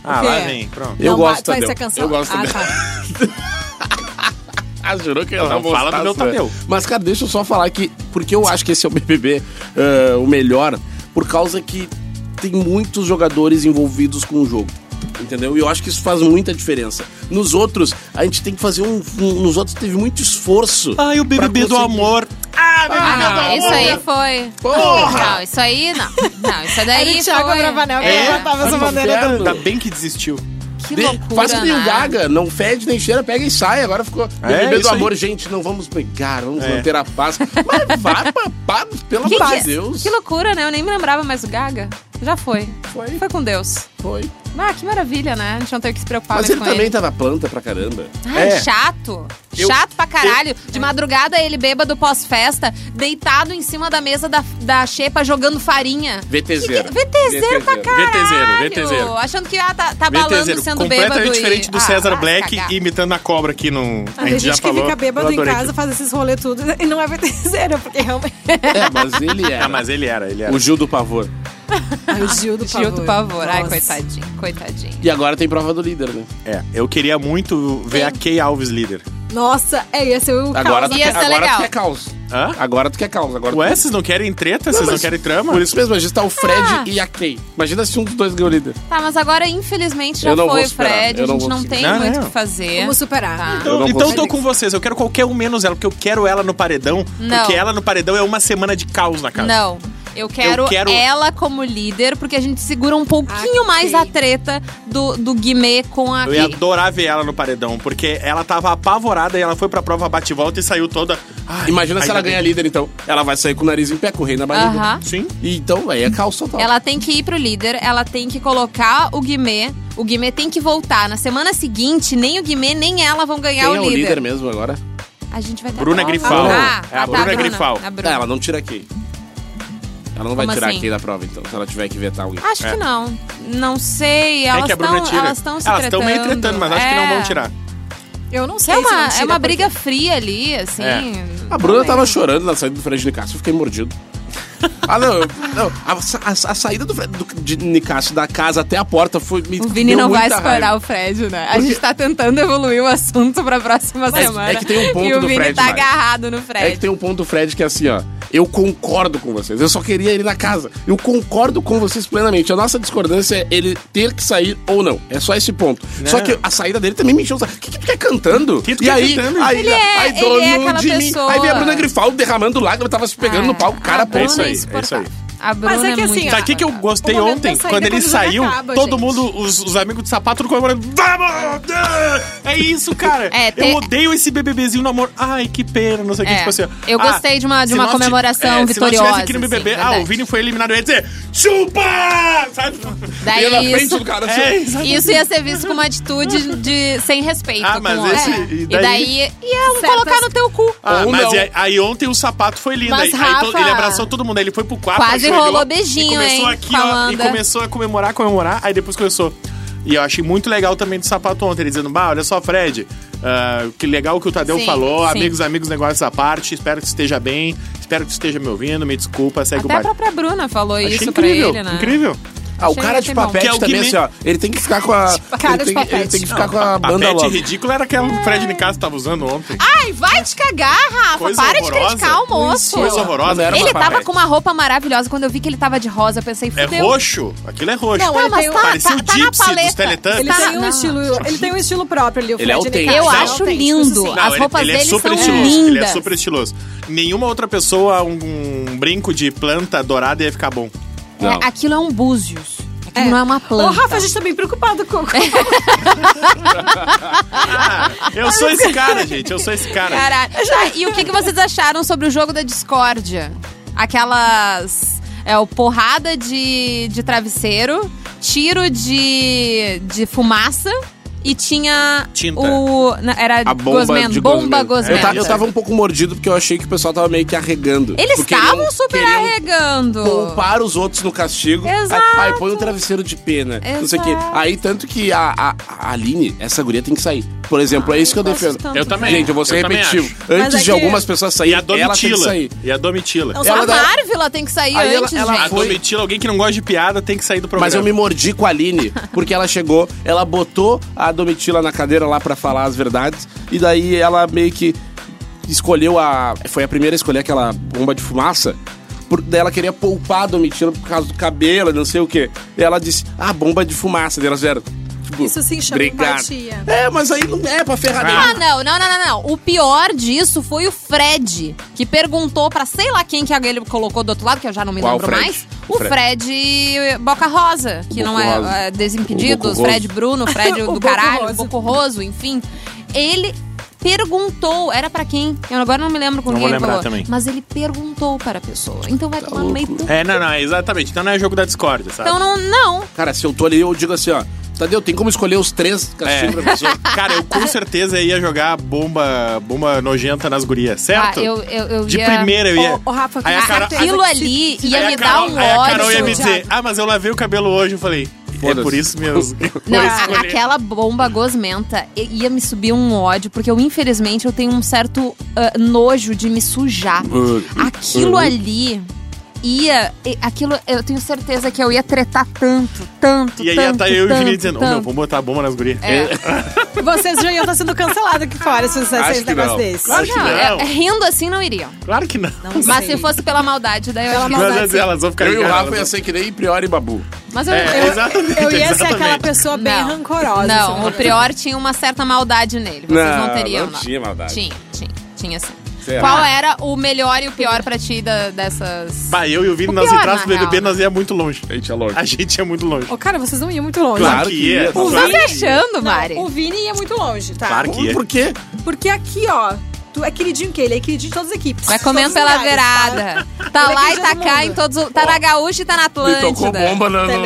S2: Ah, lá vem, pronto.
S3: Eu gosto do
S5: vai, vai
S3: Tadeu.
S5: ser cancelado.
S3: Eu gosto do
S5: ah,
S3: Tadeu.
S5: tá.
S3: Ah, jurou que eu
S2: Não,
S3: vou
S2: fala do meu
S3: gostar,
S2: Tadeu.
S3: sabe? Mas, cara, deixa eu só falar que... Porque eu acho que esse é o BBB eh, o melhor, por causa que tem muitos jogadores envolvidos com o jogo. Entendeu? E eu acho que isso faz muita diferença. Nos outros, a gente tem que fazer um... um- nos outros teve muito esforço.
S2: Ai, o
S3: pra
S2: BBB do
S3: conseguir-
S2: amor.
S4: Ah, não,
S3: Ah,
S4: isso aí foi.
S3: Porra!
S4: Não, isso aí não. Não, isso
S5: Era
S4: daí
S5: o Thiago né?
S4: foi.
S5: Abravanel que
S4: É.
S5: levantava essa
S3: Tá
S5: bandeira do...
S3: inferno.
S2: Ainda bem que desistiu.
S4: Que
S3: De-
S4: loucura,
S3: Faz que nem o
S4: né?
S3: Gaga, não fede nem cheira, pega e sai. Agora ficou BBB do
S2: É isso aí.
S3: amor, gente, não vamos brigar, vamos
S2: É.
S3: manter a paz. Mas vá pra pá, pelo
S4: Gente,
S3: amor de Deus.
S4: Que loucura, né? Eu nem me lembrava mais do Gaga. Já foi.
S3: Foi.
S4: Foi com Deus.
S3: Foi.
S4: Ah, que maravilha, né? A gente não tem que se preocupar
S3: Mas
S4: mais
S3: ele
S4: com
S3: também
S4: ele.
S3: tava planta pra caramba.
S4: Ai,
S2: É.
S4: chato.
S3: Eu-
S4: chato pra caralho. De madrugada, ele bêbado pós-festa, deitado em cima da mesa da, da xepa, jogando farinha.
S3: VTZero.
S4: VTZero pra
S3: VTZero.
S4: caralho.
S2: VTZero.
S4: Achando que ah, tá, tá
S2: VTZero,
S4: balando sendo bêbado.
S2: completamente
S4: e-
S2: diferente do
S4: Ah,
S2: César
S4: vai
S2: Black
S4: cagar. Ah,
S2: imitando a cobra aqui no. A
S5: Tem
S2: gente já
S5: gente que
S2: falou.
S5: fica
S2: Eu
S5: bêbado em
S2: adorei
S5: casa,
S2: aquilo.
S5: faz esses rolê tudo e não é VTZera, porque realmente...
S3: É, mas ele era.
S2: Ah, mas ele era, ele era.
S3: O Gil do Pavor.
S5: Ai, o <laughs> Gil do
S4: Gil do pavor. Ai,
S5: Nossa.
S4: coitadinho, coitadinho.
S3: E agora tem prova do líder, né?
S2: É, eu queria muito ver a Kay Alves líder.
S5: Nossa, é, ia ser o caos.
S3: Agora, tá. tu,
S4: Ia
S3: quer,
S4: ser
S3: agora
S4: é legal.
S3: tu quer caos.
S2: Hã?
S3: Agora tu quer caos. Agora
S2: Ué,
S3: tu...
S2: vocês não querem treta? vocês não
S3: mas-
S2: querem trama?
S3: Por isso mesmo, a gente tá o Fred
S4: Ah.
S3: e a Kay. Imagina se um dos dois ganhou o líder.
S4: Tá, mas agora, infelizmente, já
S3: Eu não
S4: foi
S3: vou
S4: o
S3: superar,
S4: Fred.
S3: eu
S4: A
S3: não
S4: gente
S3: vou
S4: não
S3: conseguir.
S4: tem
S2: Não,
S4: muito o
S2: não.
S4: que fazer.
S5: Vamos superar.
S4: Tá.
S3: Eu
S2: Então,
S3: não
S2: então
S3: consigo.
S2: tô com vocês. Eu quero qualquer um menos ela, porque eu quero ela no paredão.
S4: Não.
S2: Porque ela no paredão é uma semana de caos na casa.
S4: Não. Eu quero,
S2: Eu quero-
S4: ela como líder, porque a gente segura um pouquinho
S5: Ah,
S4: mais
S5: ok.
S4: a treta do, do Guimê com a.
S2: Eu ia adorar ver ela no paredão, porque ela tava apavorada e ela foi pra prova bate-volta e saiu toda.
S4: Ah,
S2: Ai,
S3: Imagina se
S2: ainda
S3: ela
S2: bem.
S3: ganha líder, então. Ela vai sair com o nariz em pé, com o rei na barriga.
S4: Aham.
S2: Sim.
S3: E então, aí é caos total.
S4: Ela tem que ir pro líder, ela tem que colocar o Guimê. O Guimê tem que voltar. Na semana seguinte, nem o Guimê nem ela vão ganhar
S3: Quem é
S4: o
S3: o
S4: líder.
S3: líder mesmo agora?
S4: A gente vai ter
S2: Bruna
S4: prova.
S2: Grifal.
S4: Ah,
S2: É a
S4: ah, tá,
S2: Bruna Grifal.
S4: A
S3: Ah,
S4: Bruna.
S3: ela não tira aqui. Ela não vai
S4: Como
S3: tirar
S4: assim? Ah,
S3: aqui da prova, então, se ela tiver que vetar alguém.
S4: Acho que não. Não sei. Elas
S2: é que a Bruna
S4: tão-
S2: tira.
S4: Elas estão se
S2: Elas
S4: tretando.
S2: meio tretando, mas acho que não
S4: É.
S2: vão tirar.
S5: Eu não sei
S4: É
S5: se não
S4: uma,
S5: tira,
S4: é uma
S5: porque-
S4: briga fria ali, assim.
S3: A Bruna tava chorando na saída do Fred Nicasso, eu fiquei
S4: <laughs>
S3: mordido. Ah, não, eu- não a, a- a saída do Fred do- de Nicasso da casa até a porta foi. Me
S4: O Vini
S3: deu
S4: não vai
S3: muita
S4: escorar
S3: raiva.
S4: o Fred, né? A gente tá tentando evoluir o assunto pra próxima
S3: Mas é
S4: semana.
S3: que tem um ponto
S4: e o
S3: do
S4: Vini
S3: Fred,
S4: tá
S3: Mari.
S4: agarrado no Fred.
S3: É que tem um ponto do Fred que é assim, ó. Eu concordo com vocês. Eu só queria ele na casa. Eu concordo com vocês plenamente. A nossa discordância é ele ter que sair ou não. É só esse ponto.
S4: Né?
S3: Só que a saída dele também me encheu. O saco. que, que tu quer cantando?
S2: Que tu
S3: e
S2: quer
S3: aí,
S2: cantando?
S3: aí,
S4: Ele é-
S3: aí,
S4: ele
S3: dono
S4: é aquela
S3: de mim.
S4: pessoa. Ah,
S3: Aí vem a Bruna Grifal derramando lágrimas, tava se pegando no palco. Cara,
S4: a Bruna
S2: é
S3: pô,
S2: isso aí, Tá é
S4: insuportável.
S2: isso
S4: A Bruna
S5: é que assim,
S4: muito
S5: ó,
S2: Sabe o que, que eu gostei
S5: O momento
S2: ontem?
S5: da saída
S2: Quando
S5: é
S2: ele
S5: quando o jogo
S2: saiu,
S5: acaba,
S2: todo
S5: gente.
S2: mundo, os, os amigos de sapato, tudo comemorando. Vamos! É isso, cara!
S4: É, tem-
S2: Eu odeio esse bebebezinho no amor. Ai, que pena, não sei o que.
S4: É,
S2: Tipo assim, ó.
S4: eu gostei de uma- de
S2: se
S4: uma
S2: nós ti- é,
S4: comemoração
S2: Se nós tivesse
S4: vitoriosa,
S2: aqui no BBB,
S4: assim,
S2: ah,
S4: verdade.
S2: o Vini foi eliminado, eu ia dizer chupa! <laughs> Sabe?
S4: Daí
S3: ia na frente
S4: isso,
S3: do cara assim.
S2: É, exato.
S4: isso ia ser visto como uma atitude de sem respeito.
S2: Ah, mas
S4: com o
S2: esse-
S4: outro. É.
S2: e
S4: E
S2: daí-
S4: daí ia um
S5: Certas-
S4: colocar no teu cu.
S2: Ah,
S3: Ou
S2: mas
S3: não.
S2: e aí, aí ontem o sapato foi lindo.
S4: Mas,
S2: aí, aí to-
S4: Rafa,
S2: ele abraçou todo mundo. Aí ele foi pro quarto.
S4: quase
S2: ajoelhou,
S4: rolou beijinho,
S2: e começou
S4: hein,
S2: Aqui,
S4: com a
S2: ó, e
S4: Amanda.
S2: começou a comemorar, comemorar. Aí depois começou. E eu achei muito legal também do sapato ontem. Ele dizendo, bah, olha só, Fred. ah, que legal que o Tadeu
S4: Sim,
S2: falou.
S4: sim.
S2: Amigos, amigos, negócio à parte. Espero que esteja bem. Espero que esteja me ouvindo. Me desculpa, segue
S4: Até a
S2: o baile.
S4: própria Bruna falou
S2: Achei
S4: isso pra
S2: incrível,
S4: ele, né?
S2: incrível.
S3: Ah, o
S4: Achei
S3: cara de
S4: bem bom.
S3: papete
S2: Que é o
S3: também,
S2: Guimê.
S3: assim, ó. Ele tem que ficar com a.
S5: Cara
S3: ele,
S5: de
S3: tem,
S5: papete.
S3: ele tem que ficar com a,
S2: a
S3: banda
S2: pet
S3: logo.
S2: ridícula era aquela que o Fred Nicasso tava usando ontem.
S4: Ai, vai te cagar, Rafa.
S2: Coisa
S4: Para de
S2: horrorosa.
S4: criticar o moço.
S2: Coisa horrorosa.
S3: Mas era
S4: Ele
S3: uma
S4: tava
S3: papete.
S4: com uma roupa maravilhosa. Quando eu vi que ele tava de rosa, eu pensei,
S2: É
S4: fudeu.
S2: roxo. Aquilo é roxo.
S5: Não,
S4: Tá,
S5: ele
S4: mas
S5: tem-
S4: tá,
S2: Parecia
S4: tá,
S2: o
S4: tá na
S2: Gypsy dos
S4: paleta.
S2: Teletubbies.
S5: Ele,
S4: Tá-
S5: tem um
S4: não.
S5: estilo, ele tem um estilo próprio ali, o
S3: Ele é
S5: Fred
S3: autêntico.
S5: Nicasso,
S4: Eu
S5: ele é
S4: acho
S5: autêntico,
S4: lindo.
S5: sim.
S4: As roupas dele são
S2: estiloso, Ele é
S4: lindas.
S2: super estiloso. Nenhuma outra pessoa, um, um brinco de planta dourada ia ficar bom.
S4: É,
S3: Não.
S4: aquilo é um búzios. Aquilo
S5: É.
S4: não é uma
S5: Ô,
S4: planta.
S5: Rafa, a gente tá bem preocupado com... com- <laughs>
S2: Eu sou esse cara, gente. Eu sou esse cara.
S4: Caralho. Tá, e o que, que vocês acharam sobre o jogo da discórdia? Aquelas. É o porrada de, de travesseiro, tiro de, de fumaça e tinha.
S2: Tinta.
S4: O, na- era
S3: A bomba
S4: gosmento,
S3: de
S4: bomba
S3: Gosmento.
S4: gosmento.
S3: Eu, ta- eu tava um pouco mordido porque eu achei que o pessoal tava meio que arregando.
S4: Eles
S3: Porque
S4: estavam
S3: queriam-
S4: super
S3: queriam
S4: arregando.
S3: poupar os outros no castigo. Aí-
S4: Exato.
S3: Aí, põe um travesseiro de pena. Não sei o quê.
S4: Exato.
S3: Aí, tanto que a, a- a Aline, essa guria tem que sair. Por exemplo, é isso que eu
S4: gosto
S3: defendo.
S4: tanto.
S2: Eu também.
S3: Gente, eu vou ser
S2: Eu também
S3: repetitivo.
S5: Mas é
S3: Antes de
S5: que-
S3: algumas pessoas
S2: E
S3: saírem,
S2: a
S3: ela tem que
S2: Domitila.
S3: sair.
S2: E a Domitila.
S5: Não,
S4: Só
S3: ela
S4: a
S3: dá-
S4: Marvel ela tem que sair
S3: Aí ela-
S4: antes,
S3: ela
S2: A
S4: gente.
S3: foi-
S2: Domitila, alguém que não gosta de piada, tem que sair do programa.
S3: Mas eu me mordi com a Aline, porque ela chegou, ela botou a Domitila na cadeira lá pra falar as verdades, e daí ela meio que escolheu a. Foi a primeira a escolher aquela bomba de fumaça. Por, daí ela queria poupar a Domitila por causa do cabelo, não sei o quê. E ela disse, ah, bomba de fumaça. Daí elas vieram. Tipo,
S5: Isso sim chama
S3: obrigado.
S5: empatia.
S3: É, mas aí não é pra ferrar
S4: Ah,
S3: ninguém.
S4: não, não, não, não, não. O pior disso foi o Fred, que perguntou pra sei lá quem que ele colocou do outro lado, que eu já não me
S3: Qual
S4: lembro
S3: Fred?
S4: mais. O
S3: Fred.
S4: Fred, Boca Rosa, que
S3: Boca
S4: não é,
S3: Rosa.
S4: é
S3: O Boca
S4: Desimpedidos,
S3: Rosa.
S4: Fred Bruno, Fred
S5: O
S4: do
S5: Boca
S4: caralho,
S5: Rosa.
S4: Boco Roso, enfim. Ele perguntou, era pra quem? Eu agora não me lembro com
S2: Não
S4: quem
S2: vou
S4: ele
S2: lembrar
S4: falou.
S2: também.
S4: Mas ele perguntou para a pessoa. Então vai tomar no meio do...
S2: É, não, não, exatamente. Então não é jogo da discórdia, sabe?
S4: Então não, não.
S3: Cara, se eu tô ali, eu digo assim, ó. Tadeu, tem como escolher os três castigos pra <laughs> pessoa?
S2: Cara, eu com certeza ia jogar bomba, bomba nojenta nas gurias, certo?
S4: Ah, eu, eu, eu
S2: De
S4: ia...
S2: primeira eu ia.
S5: Ô, ô, Rafa,
S2: Aí a Carol-
S4: Aquilo ali ia
S2: Aí a
S4: me
S2: Carol-
S4: dar um
S2: aí a Carol
S4: ódio.
S2: ia me dizer, ah, mas eu lavei o cabelo hoje. Eu falei, é
S3: Foda-se.
S2: por isso mesmo. Vou
S4: Não, a-
S2: escolher.
S4: aquela bomba gosmenta i- ia me subir um ódio, porque eu, infelizmente, eu tenho um certo ah, nojo de me sujar.
S2: Uh,
S4: Aquilo ali ia. e- Aquilo, eu tenho certeza que eu ia tretar tanto, tanto.
S2: E aí
S4: tanto,
S2: tá eu e o
S4: tanto,
S2: Vini dizendo, ô meu,
S4: tanto. É.
S2: vamos botar a bomba nas gurias.
S5: Vocês já iam estar sendo cancelados aqui fora se vocês
S3: Acho
S5: fizessem
S3: que não.
S5: negócio desse.
S2: Claro que
S4: Não, é-
S2: não.
S4: é- rindo assim não iriam.
S2: Claro que não.
S5: Não
S4: Mas se
S5: sei.
S4: fosse pela maldade, daí eu ia assim.
S2: Mas elas- elas vão ficar
S3: Eu e o
S2: ligadas,
S3: Rafa
S2: elas
S3: ia
S2: vão-
S3: ser que nem Priori e Babu.
S4: Mas eu,
S2: É,
S4: eu-
S2: exatamente.
S5: Eu ia ser
S2: exatamente.
S5: aquela pessoa bem
S4: Não.
S5: rancorosa.
S4: Não,
S5: assim,
S4: o Prior tinha uma certa maldade nele. Vocês Ah, não,
S3: Não,
S4: teriam.
S3: não tinha maldade.
S4: Tinha, tinha, tinha sim.
S3: Será?
S4: Qual era o melhor e o pior pra ti da- dessas.
S2: Bah, eu e o Vini,
S4: O
S2: nós
S4: pior,
S2: entrássemos
S4: na
S2: no BBB,
S4: real, né?
S2: nós ia muito longe.
S3: A gente é longe.
S2: A gente ia muito longe.
S5: Ô, cara, vocês não iam muito longe.
S3: Claro que ia.
S4: O que
S2: Claro
S4: você
S2: que
S4: achando,
S5: Não,
S4: Mari?
S5: o Vini ia muito longe, tá?
S2: Claro que ia.
S3: Por quê?
S5: Porque aqui, ó, Tu é queridinho que ele, é queridinho de todas as equipes.
S4: Vai
S5: de
S4: comendo
S5: todos os
S4: pela
S5: lugares,
S4: beirada. Tá,
S5: Ele é
S4: lá e
S5: queridinho
S4: tá
S5: do
S4: cá
S5: mundo.
S4: em todos. os- Tá na Gaúcha e tá na
S3: Me
S4: Atlântida.
S3: tocou bomba né, na, no,
S4: Tá na
S3: naquele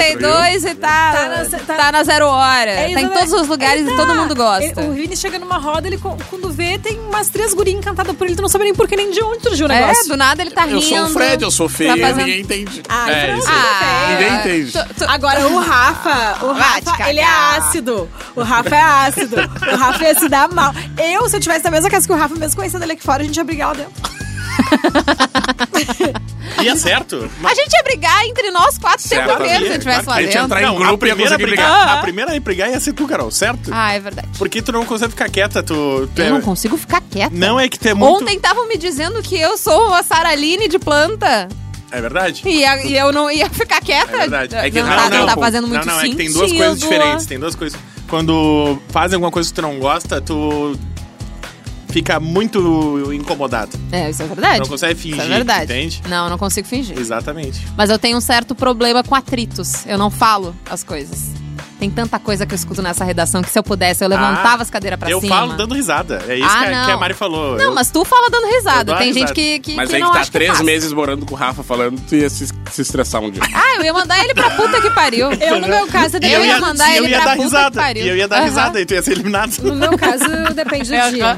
S3: quilômetro, viu?
S4: 92 e tá,
S5: Tá
S4: tá,
S5: na-
S4: na,
S5: tá-
S4: zero hora.
S5: É,
S4: tá em
S5: exatamente.
S4: todos os lugares
S5: Ele
S4: e
S5: tá.
S4: todo mundo gosta.
S5: Ele- o Vini chega numa roda, ele co- quando vê, tem umas três gurias encantadas por ele, tu não sabe nem por que nem de onde surgiu o
S4: é,
S5: negócio.
S4: do nada ele tá rindo.
S3: Eu sou o Fred, eu sou feio,
S4: Tá fazendo-
S3: ninguém entende.
S5: Ah,
S3: é,
S5: Fred,
S3: isso aí.
S4: Ah,
S3: Ninguém
S4: é.
S3: entende.
S4: Tu- tu-
S5: Agora, o Rafa, o
S4: Vai te
S5: Rafa,
S4: cagar.
S5: ele é ácido. O Rafa é ácido. O Rafa ia se dar mal. Eu, se eu tivesse na mesma casa que o Rafa, mesmo conhecendo ele aqui fora, a gente ia brigar lá dentro.
S2: Ia certo?
S4: A gente ia brigar entre nós quatro o tempo
S2: Certo,
S4: inteiro se
S2: ia,
S4: eu tivesse lá
S3: a gente ia
S4: dentro.
S3: entrar em
S2: a
S3: grupo e ia
S2: primeira,
S3: conseguir
S2: a
S3: brigar.
S2: brigar, a primeira a ir brigar ia ser tu, Carol, certo?
S4: Ah, é verdade.
S2: Porque tu não consegue ficar quieta, tu... tu é-
S4: Eu não consigo ficar quieta.
S2: Não é que tu é muito...
S4: Ontem estavam me dizendo que eu sou a Saraline de planta
S2: É verdade?
S4: e, a- e eu não ia ficar quieta.
S2: É verdade. É que
S4: não,
S2: não,
S4: tá,
S2: não,
S4: tá
S2: pô.
S4: fazendo muito
S2: Não, não, é que tem duas
S4: sentido.
S2: coisas diferentes. Tem duas coisas. Quando fazem alguma coisa que tu não gosta, tu fica muito incomodado.
S4: É, isso é verdade.
S2: Não consegue
S4: Isso
S2: fingir,
S4: é verdade.
S2: entende?
S4: Não, eu não consigo fingir.
S2: Exatamente.
S4: Mas eu tenho um certo problema com atritos. Eu não falo as coisas. Tem tanta coisa que eu escuto nessa redação que se eu pudesse, eu
S2: Ah,
S4: levantava as cadeiras pra
S2: eu
S4: cima.
S2: falo dando risada. É isso
S4: Ah,
S2: que, a,
S4: não.
S2: que a Mari falou.
S4: Não,
S2: Eu-
S4: mas tu fala dando
S2: Eu
S4: risada.
S2: dou
S4: Tem
S2: risada.
S4: gente que, que,
S3: Mas
S4: que
S3: aí
S4: não
S3: que tá
S4: acha que
S3: três
S4: faz.
S3: meses morando com o Rafa falando, tu ia se, se estressar um dia.
S4: Ah, eu ia mandar ele pra puta que pariu.
S5: Eu, no meu caso,
S4: Eu ia mandar
S2: e eu
S4: ele
S2: ia
S4: pra
S2: dar
S4: puta que
S2: risada.
S4: pariu.
S2: E eu ia dar
S4: Aham.
S2: risada e tu ia ser eliminado.
S4: <laughs>
S5: No meu caso, depende do
S4: Eu-
S5: dia.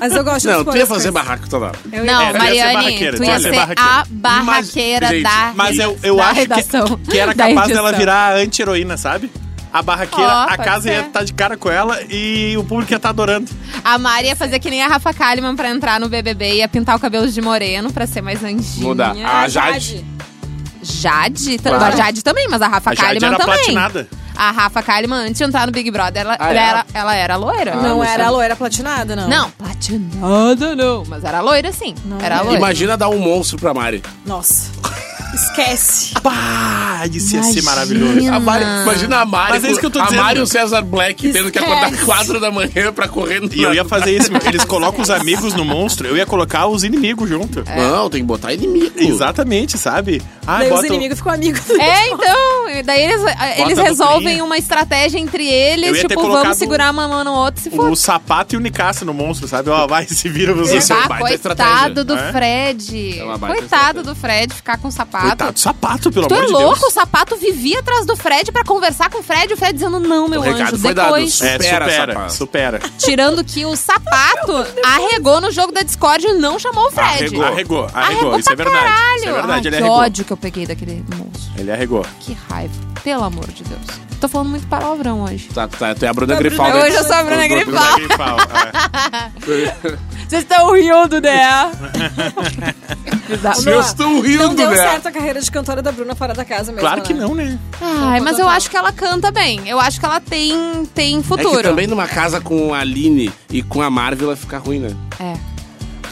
S5: Mas eu gosto de
S3: Não,
S5: expor
S3: tu ia
S5: as coisas.
S3: fazer barraco toda hora.
S5: Eu ia-
S4: Não,
S2: É, tu ia ser
S4: Mariane,
S2: barraqueira,
S4: tu
S2: tu ia
S4: ia
S2: ser
S4: ser
S2: barraqueira.
S4: a barraqueira
S3: Mas, gente,
S4: da
S2: Mas eu, eu
S4: da
S2: acho
S4: redação,
S2: que, que era
S4: <laughs> da
S2: capaz dela
S4: edição.
S2: virar anti-heroína, sabe? A barraqueira,
S4: Ó,
S2: a
S4: pode
S2: casa ia
S4: ser.
S2: estar de cara com ela e o público ia estar adorando.
S4: A Mari ia fazer que nem a Rafa Kalimann pra entrar no BBB. Ia pintar o cabelo de moreno pra ser mais anjinha.
S3: Mudar. A Ah, Jade.
S4: Jade?
S3: Claro.
S4: A Jade também, mas a Rafa
S2: A Jade
S4: Kalimann
S2: era
S4: também.
S2: platinada.
S4: A Rafa Kalimann, antes de entrar no Big Brother, ela,
S3: Ah,
S4: ela
S3: é?
S4: era, ela era loira.
S3: Ah,
S5: Não
S3: não
S5: era
S3: sabe.
S5: loira platinada, não.
S4: Não, platinada não. Mas era loira, sim. era loira.
S3: Imagina dar um monstro pra Mari.
S5: Nossa.
S3: <laughs>
S5: Esquece.
S2: Pá, isso ia ser assim
S4: Imagina.
S2: maravilhoso.
S3: A Mari- imagina a Mari.
S2: Mas é isso que eu tô
S3: a
S2: dizendo.
S3: Mari e o César Black tendo que
S4: Esquece.
S3: acordar 4 da manhã pra correr no
S2: E eu ia fazer isso, meu. eles colocam os amigos no monstro, eu ia colocar os inimigos junto.
S4: É.
S3: É. Não, tem que botar inimigo.
S2: Exatamente, sabe? Ah,
S5: Daí os
S2: bota
S3: um-
S2: o-
S5: inimigos ficam amigos.
S4: É, então, e daí eles, eles
S2: a
S4: resolvem
S2: duplinha.
S4: uma estratégia entre
S2: Eu ia
S4: eles,
S2: ter
S4: tipo,
S2: colocado um
S4: vamos segurar uma mão no outro se for.
S2: o sapato e o Nicasso no monstro, sabe? Ó, vai, se vira você.
S3: Isso é uma
S4: Ah,
S3: baita estratégia,
S4: coitado do
S2: né?
S4: Fred.
S3: É uma baita
S4: coitado
S3: estratégia.
S4: do Fred ficar com o sapato.
S2: Coitado do sapato, pelo
S4: Tu
S2: amor
S4: é
S2: de
S4: louco, o
S2: Deus.
S4: sapato vivia atrás do Fred pra conversar com o Fred, o Fred dizendo não, meu
S3: O
S4: anjo,
S3: recado foi dado.
S4: depois.
S2: É,
S3: Supera,
S2: supera,
S3: sapato.
S2: supera.
S4: Tirando que o sapato arregou no jogo da Discord e não chamou o Fred.
S2: Arregou, arregou, arregou,
S4: Arregou
S2: isso é
S4: pra
S2: verdade.
S4: Caralho.
S2: Isso é verdade,
S4: Ai,
S2: ele
S4: que
S2: arregou.
S4: ódio que eu peguei daquele moço.
S2: Ele arregou.
S4: Que raiva. Pelo amor de Deus. Tô falando muito palavrão hoje.
S3: Tá, tá, tu é a Bruna
S5: Tá,
S3: Grifal.
S5: Bruna,
S3: né?
S4: hoje eu sou a Bruna
S3: Os dois-
S4: Grifal.
S2: Ele
S4: <laughs>
S2: fala, ah,
S4: Vocês estão rindo, né?
S2: É.
S3: Eu estou
S5: Tá, Não
S3: rindo,
S5: deu
S3: né?
S5: certo a carreira de cantora da Bruna fora da casa mesmo.
S2: Claro que
S5: né?
S2: não, né?
S4: Ai, mas eu acho que ela canta bem. Eu acho que ela tem, tem
S3: É que
S4: futuro.
S3: também numa casa com a Aline e com a Marvel fica ruim, né?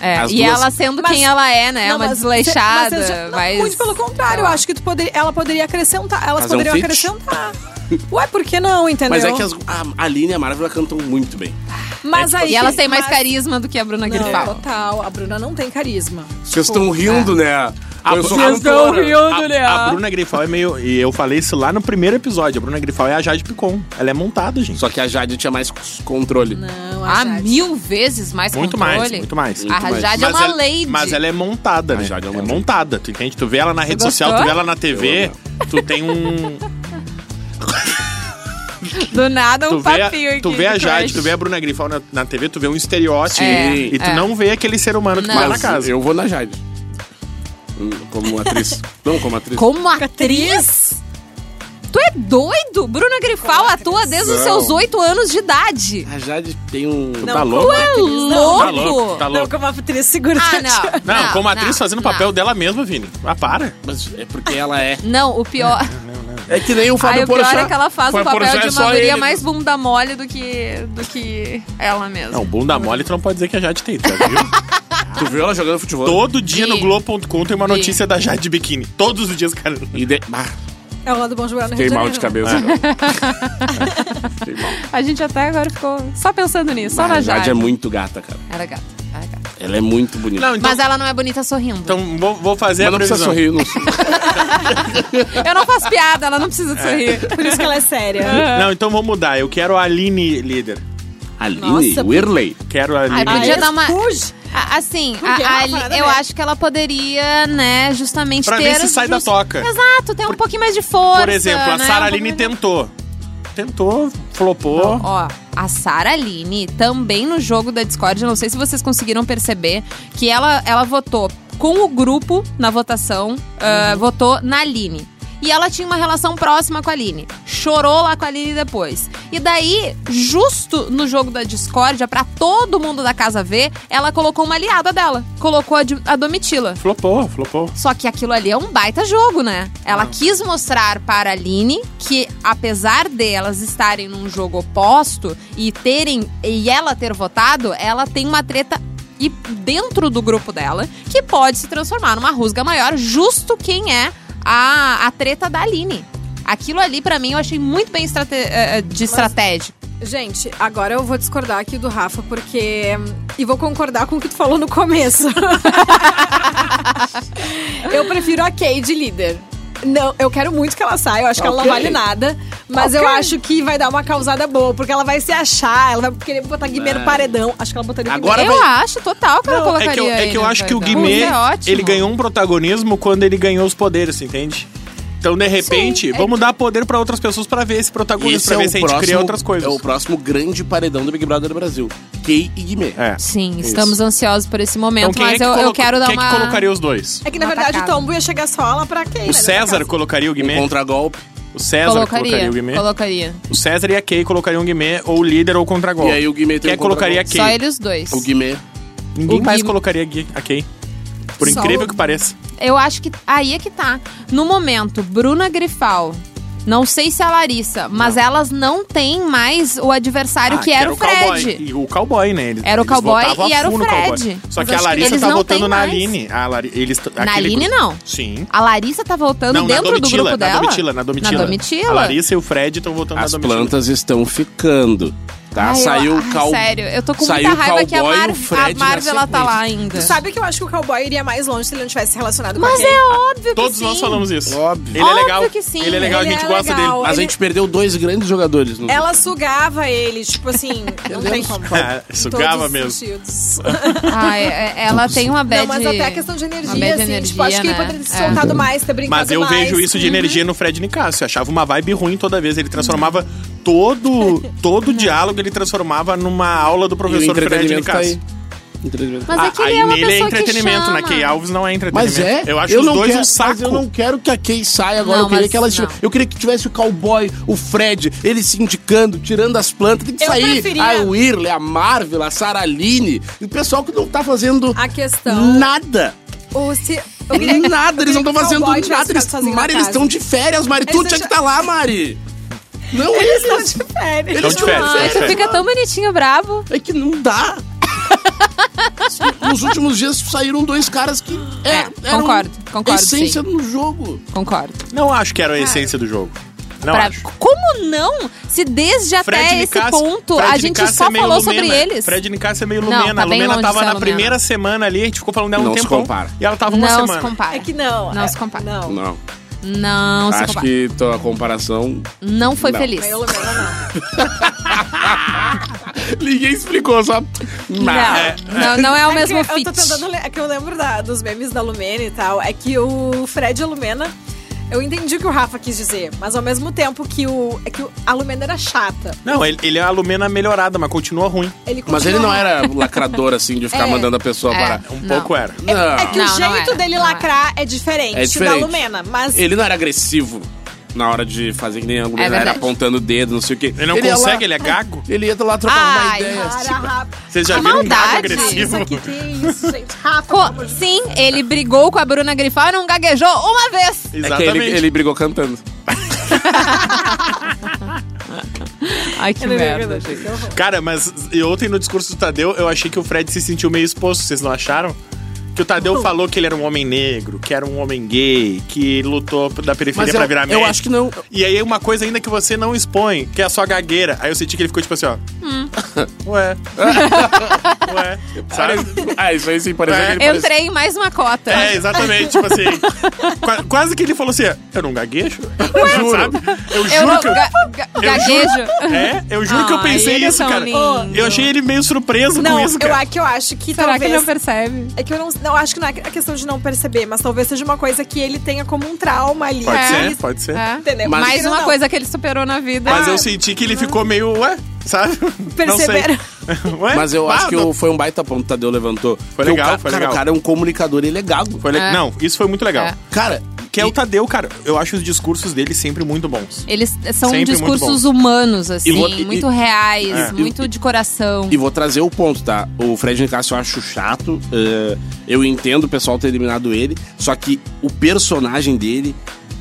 S4: É,
S3: As
S4: e
S3: duas-
S4: ela sendo
S5: Mas-
S4: quem ela é, né?
S5: Não,
S4: uma
S5: mas-
S4: desleixada,
S5: mas
S4: mas...
S5: eu já- não, Muito pelo contrário, eu acho que tu poder, ela poderia acrescentar. Elas
S3: Fazer um
S5: poderiam
S3: feat?
S5: acrescentar. Ué, por que não, entendeu?
S3: Mas é que as- a Aline e a Marvel cantam muito bem.
S5: Mas aí,
S4: E elas têm mais
S5: mas-
S4: carisma do que a Bruna
S5: Não,
S4: Grifal.
S5: total. A Bruna não tem carisma.
S3: Vocês estão rindo, né? Eu sou
S2: Vocês
S3: cantora.
S4: rindo,
S5: né?
S2: A, a Bruna Grifal é meio. E eu falei isso lá no primeiro episódio. A Bruna Grifal é a Jade Picon. Ela é montada, gente.
S3: Só que a Jade tinha mais c- controle.
S5: Não, a
S4: Há
S5: Jade.
S4: mil vezes mais
S2: Muito
S4: controle.
S2: mais, muito mais.
S4: A
S3: Muito mais.
S4: Jade é
S2: Mas
S4: uma
S2: ela-
S4: lady.
S2: Mas ela é montada,
S3: A
S2: né?
S3: Jade é
S2: é,
S3: uma lady.
S2: montada. Tu entende? Tu vê ela na rede social,
S4: gostou?
S2: tu vê ela na TV,
S3: Eu amo
S2: tu tem
S4: <laughs>
S2: um.
S4: Do nada,
S2: Tu
S4: um
S2: vê, a,
S4: papinho aqui.
S2: tu vê a
S4: de
S2: Jade,
S4: crush.
S2: tu vê a Bruna Grifal na, na TV, tu vê um estereótipo.
S4: É,
S2: e tu
S4: é.
S2: não vê aquele ser humano que tu
S4: Não.
S2: tá na
S3: Mas
S2: casa.
S3: eu vou na Jade. Hum, Como <laughs> atriz. não, como atriz.
S4: Como atriz? Tu é doido? Bruna Grifal atua desde os
S3: Não.
S4: seus oito anos de idade.
S3: A Jade tem um...
S5: Não,
S3: tá
S5: como
S3: louco?
S4: Tu é
S5: atriz, não.
S4: louco?
S2: Tá louco, tá
S5: Não,
S2: louco.
S5: como atriz segura.
S2: <laughs>
S4: Ah, não.
S2: Não, como atriz
S4: não,
S2: fazendo o
S4: não.
S2: papel dela mesma, Vini. Ah, para.
S3: Mas é porque ela é.
S4: Não, o pior. <laughs>
S3: É que nem o
S4: Aí
S3: Fábio
S4: o pior
S3: Porchat.
S4: é que ela faz o
S3: Fábio
S4: papel
S3: Porchat é
S4: de
S3: só
S4: uma
S2: né?
S4: guria
S3: ele.
S4: mais bunda mole do que, do que ela mesma.
S2: Não, bunda mole, tu não pode dizer que a Jade tem, <laughs> tá, viu?
S3: Tu viu ela jogando futebol?
S2: Todo dia no
S4: Vi.
S2: Globo.com tem uma
S4: Vi.
S2: notícia da Jade de biquíni. Todos os dias, cara.
S3: E de... ah,
S5: É o lado bom de morar no Rio
S3: fiquei
S5: de
S3: mal de
S5: Janeiro,
S3: cabeça.
S4: A gente até agora ficou só pensando nisso, só
S3: Mas
S4: na
S3: a Jade
S4: Jade.
S3: é muito gata, cara.
S4: Ela é gata, ela é gata.
S3: Ela é muito bonita.
S2: Não, então,
S4: Mas ela não é bonita sorrindo.
S2: então vou, vou fazer
S3: Mas
S2: a
S3: não precisa
S2: previsão.
S3: sorrir. Não... <laughs>
S4: Eu não faço
S2: É. <laughs>
S4: piada, ela não precisa de sorrir.
S2: Ah,
S5: não. Por isso que ela é séria.
S2: Não, então vou mudar. Eu quero a Aline líder.
S3: Aline
S5: Nossa,
S3: Whirley.
S2: Quero a
S4: Ai,
S2: Aline.
S4: podia
S5: Aí
S4: dar uma-
S5: fuge.
S4: A- Assim,
S5: Não quer
S4: a- a-
S5: uma parada
S4: eu
S5: dessa.
S4: acho que ela poderia, né, justamente
S2: Pra
S4: ter.
S2: ver se sai da
S4: just-
S2: toca.
S4: Exato, ter um pouquinho mais de força.
S2: Por exemplo, a
S4: né,
S2: Sara
S4: um
S2: Aline
S4: pouquinho-
S2: tentou. Tentou, flopou.
S4: Ó, a Sara Aline, também no jogo da Discord, eu não sei se vocês conseguiram perceber, que ela, ela votou com o grupo na votação, ah, votou na Aline. E ela tinha uma relação próxima com a Aline. Chorou lá com a Aline depois. E daí, justo no jogo da discórdia, pra todo mundo da casa ver, ela colocou uma aliada dela. Colocou a, Di- a Domitila.
S2: Flopou, flopou.
S4: Só que aquilo ali é um baita jogo, né? Ela quis mostrar para a Aline que, apesar de elas estarem num jogo oposto e terem e ela ter votado, ela tem uma treta e dentro do grupo dela que pode se transformar numa rusga maior, justo quem é a, a treta da Aline. Aquilo ali, pra mim, eu achei muito bem estrate- eh, eh, de estratégia.
S5: Gente, agora eu vou discordar aqui do Rafa, porque. E vou concordar com o que tu falou no começo. eu prefiro a Cade líder. Não, eu quero muito que ela saia, eu acho que ela não
S3: Ok.
S5: vale nada. Mas eu acho que vai dar uma causada boa, porque ela vai se achar, ela vai querer botar Guimê no paredão. Acho que ela botaria o Guimê.
S3: Agora
S4: eu
S3: vai-
S4: acho total que ela colocaria
S2: É que eu, é
S4: ele
S2: que eu
S4: no
S2: acho que o
S4: paredão.
S2: Guimê,
S4: Isso é ótimo.
S2: ele ganhou um protagonismo quando ele ganhou os poderes, entende? Então, de repente,
S4: é
S2: vamos dar poder pra outras pessoas pra ver esse protagonismo, pra ver se a gente cria outras coisas.
S3: é o próximo grande paredão do Big Brother do Brasil. Kay e Guimê.
S2: É.
S4: Sim, estamos ansiosos por esse momento,
S2: Então, quem é
S4: mas
S2: que
S4: eu, eu
S2: colo-
S4: quero dar
S2: quem
S4: uma...
S2: é que colocaria os dois?
S5: É que na
S4: Uma
S5: verdade
S4: tacada.
S5: o tombo ia chegar só lá pra quem? né,
S2: O César colocaria o
S3: Um
S2: Guimê?
S3: contragolpe.
S2: O César colocaria, o Guimê?
S4: colocaria.
S2: O César e a Kay colocariam o Guimê ou o líder ou o contragol.
S3: E aí o Guimê tem
S2: Quem
S3: um
S2: colocaria a
S3: contragolpe.
S2: Kay?
S4: Só eles dois.
S3: O Guimê.
S2: Ninguém
S4: o
S2: mais
S4: Guimê.
S2: colocaria a Gui- a Kay. Por
S5: Só
S2: incrível
S5: o-
S2: que pareça.
S4: Eu acho que aí é que tá. No momento, Bruna Grifal. Não sei se a Larissa, mas elas não têm mais o adversário
S2: Ah,
S4: que era o
S2: cowboy.
S4: Fred.
S2: E o cowboy, né? Eles,
S4: Era o
S2: eles
S4: cowboy
S2: votavam
S4: e
S2: a
S4: era o
S2: full no
S4: Fred.
S2: cowboy. Só
S4: Mas
S2: que a
S4: acho que
S2: Larissa
S4: eles
S2: tá
S4: não
S2: votando
S4: têm
S2: na
S4: mais.
S2: Aline. A Lari- eles t-
S4: Na
S2: aquele
S4: Aline,
S2: grupo-
S4: não.
S2: Sim.
S4: A Larissa tá voltando
S2: Não,
S4: dentro
S2: na
S4: do grupo
S2: Domitila, na
S4: dela.
S2: Domitila, na Domitila.
S4: Na Domitila?
S2: A Larissa e o Fred estão votando
S3: As
S2: na Domitila.
S3: plantas estão ficando. Tá?
S4: Ai, eu-
S3: Saiu
S4: ai,
S3: o cal...
S4: Sério, eu tô com
S3: saiu
S4: muita
S3: o
S4: raiva que a,
S3: cowboy e
S4: Mar...
S3: o Fred
S4: a
S3: na
S4: Marvel ela tá lá
S5: Tu
S4: ainda.
S5: sabe que eu acho que o cowboy iria mais longe se ele não tivesse relacionado
S4: Mas
S5: com a Kay.
S4: é óbvio
S2: Todos
S4: que sim.
S2: nós falamos isso.
S3: Óbvio.
S2: Ele
S4: Óbvio
S2: é legal.
S4: que sim,
S2: Ele é legal,
S5: ele
S2: a gente
S5: é
S2: gosta
S5: legal.
S2: dele.
S3: Mas a
S5: Ele-
S3: gente perdeu dois grandes jogadores.
S2: É
S3: No...
S5: Ela sugava ele, tipo
S4: <laughs>
S5: assim, não tem como.
S2: Ah, Sugava
S5: Todos os
S2: mesmo.
S5: sentidos.
S4: <laughs> Um Ai, é- é- ela tem uma bad...
S5: Não, mas até a questão de
S4: uma
S5: energia,
S4: bad
S5: assim, tipo, acho que ele
S4: né?
S5: poderia ter se
S4: É.
S5: soltado mais, ter brincado
S2: Mas eu
S5: mais.
S2: vejo isso
S4: Uhum.
S2: de energia no Fred Nicásio. Eu achava uma vibe ruim toda vez. Ele transformava
S4: <laughs>
S2: todo todo diálogo, ele transformava numa aula do
S3: E o
S2: professor Fred
S3: entretenimento tá
S2: Nicásio.
S3: aí. Entretenimento.
S4: Mas
S2: Ah,
S4: é que ele
S2: aí
S4: é uma
S2: nele é
S4: pessoa
S2: entretenimento,
S4: que
S2: né?
S4: chama.
S2: Kay Alves não é entretenimento.
S3: Mas é,
S2: Eu acho
S3: eu
S2: os
S3: não
S2: dois
S3: quero,
S2: um
S3: Mas eu não
S2: saco.
S3: quero que a Kay saia agora.
S4: Não,
S3: eu queria
S4: mas
S3: que ela
S4: não.
S3: Eu queria que tivesse o cowboy, o Fred, ele se indicando, tirando as plantas. Tem que
S5: Eu
S3: sair
S5: preferia-
S3: a Whirley, a Marvel, a Saraline. O pessoal que não tá fazendo
S5: A questão.
S3: nada.
S5: Ou se. Ah, então. eu queria-
S3: Nada, eles
S5: queria
S3: não estão
S5: que o
S3: fazendo
S5: cowboy tivesse
S3: nada. Eles,
S5: ficado sozinho na
S3: Mari, eles
S5: casa.
S3: estão de férias, Mari. Tu
S5: Eles
S3: tinha que
S5: já-
S3: estar lá, Mari. Não
S5: Eles
S3: eles.
S5: estão de férias.
S3: Eles
S2: de férias,
S4: Ai, tu
S2: Sério?
S4: Ah, fica tão bonitinho, bravo.
S3: É que não dá. <laughs> Nos últimos dias saíram dois caras que.
S4: É,
S3: É, eram
S4: concordo, concordo,
S3: Essência no jogo.
S4: Concordo.
S2: Não acho que era a essência do jogo. Não
S4: Ah. Pra-
S2: acho.
S4: Como não? Se desde
S2: Fred
S4: até esse
S2: Nicásio-
S4: ponto
S2: Fred
S4: a gente
S2: Nicásio
S4: só
S2: é meio
S4: falou
S2: Lumena.
S4: sobre eles.
S2: Fred Nicásio é meio
S4: Não,
S2: Lumena.
S4: tá
S2: a
S4: bem
S2: Lumena
S4: longe
S2: tava
S4: de
S2: na
S4: ser a Lumena.
S2: primeira semana ali, a gente ficou falando dela um
S3: Não se
S2: tempão.
S3: compara.
S2: E ela tava uma
S4: não se
S2: semana.
S4: compara.
S5: É que não.
S4: Não
S5: é-
S4: se compara.
S5: Não.
S3: Não.
S4: Não se compara.
S3: que
S2: <laughs>
S3: a comparação.
S4: Não foi
S3: Não.
S4: feliz.
S5: Eu, Lumena, não.
S3: Ninguém explicou, só.
S4: Não, não, não é o mesmo
S5: é que, eu
S4: fit.
S5: tô tentando le- É que eu lembro da- dos memes da Lumena e tal. É que o Fred e a Lumena. Eu entendi o que o Rafa quis dizer, mas ao mesmo tempo que o. É que o- a Lumena era chata.
S2: Não, ele, ele é a Lumena melhorada, mas continua ruim.
S5: Ele
S3: Mas ele não
S5: continua-
S3: era lacrador assim de ficar
S5: É.
S3: mandando a pessoa
S4: É.
S3: parar.
S2: Um
S4: Não.
S2: pouco era.
S3: Não.
S5: É que
S4: Não,
S5: o
S4: não
S5: jeito
S4: era,
S5: dele
S4: não
S5: lacrar é diferente,
S3: É diferente.
S5: da Lumena, mas
S3: Ele não era agressivo na hora de fazer que nem a
S5: É
S3: mulher era
S4: verdade.
S3: apontando o dedo, não sei o quê.
S2: Ele não
S3: ia
S2: consegue, ele
S3: lá-
S2: é gago.
S3: Ele ia lá trocar uma
S4: Ai,
S3: ideia. tipo,
S5: Cara, Rafa.
S2: Vocês já
S4: Que
S2: viram um gago
S4: maldade.
S2: agressivo?
S5: Isso aqui que é isso, gente. Rafa,
S4: Co-
S5: pelo amor de Deus.
S4: Sim, ele brigou com a Bruna Grifal e não gaguejou uma vez.
S3: É que
S2: <laughs>
S3: ele,
S2: Exatamente.
S3: ele brigou cantando.
S4: Ai, que merda.
S2: Cara, mas e ontem no discurso do Tadeu, eu achei que o Fred se sentiu meio exposto, vocês não acharam? Que o Tadeu falou que ele era um homem negro, que era um homem gay, que lutou da periferia pra virar
S3: eu
S2: médico.
S3: acho que não.
S2: é E aí uma coisa ainda que você não expõe, que é a sua gagueira. Aí eu senti que ele ficou tipo assim, ó. Ué. Ué. Sabe?
S3: <laughs> Ah, isso aí sim, parecia
S2: tá? É.
S3: que ele parecia-
S4: Entrei em mais uma cota.
S2: É, exatamente, tipo assim. qua- quase que ele falou assim: eu não gaguejo? Eu juro. Sabe? Eu
S4: Eu
S2: juro
S4: não-
S2: que eu.
S4: <laughs> ga- ga- gaguejo.
S5: <laughs>
S2: Juro, é, eu juro que eu
S4: Ai,
S2: pensei
S4: ele é
S2: isso,
S4: tão
S2: cara.
S4: lindo.
S2: Eu achei ele meio surpreso
S5: Não,
S2: com isso,
S5: eu,
S2: cara.
S5: a- que eu acho que
S4: Será que ele
S5: talvez.
S4: não percebe?
S5: é que eu não, não acho que não é a questão de não perceber, mas talvez seja uma coisa que ele tenha como um trauma ali.
S2: Pode
S4: É.
S2: ser, pode ser.
S4: É.
S5: Entendeu?
S3: Mas-
S4: mais
S5: Querendo ou
S4: uma
S5: não.
S4: coisa que ele superou na vida.
S2: Mas
S4: Ah,
S2: eu senti que ele ficou meio, ué, sabe? <laughs> Não sei.
S5: Perceberam.
S2: <laughs> Ué?
S3: Mas eu
S2: Bah,
S3: acho que
S2: não-
S3: o- foi um baita ponto que o Tadeu levantou. Porque o
S2: legal,
S3: cara,
S2: É foi
S3: cara,
S2: legal.
S3: o cara é um comunicador ilegado.
S2: Foi le-
S4: É.
S2: Não, isso foi muito legal.
S4: É.
S3: Cara,
S2: Que é o Tadeu, cara. Eu acho os discursos dele sempre muito bons.
S4: Eles são
S2: Sempre muito
S4: discursos humanos, assim,
S3: E vo- e-
S4: muito reais,
S2: É.
S4: muito de coração.
S3: E vou trazer o ponto, tá? O Fred Nicásio eu acho chato. eh, eu entendo o pessoal ter eliminado ele. Só que o personagem dele.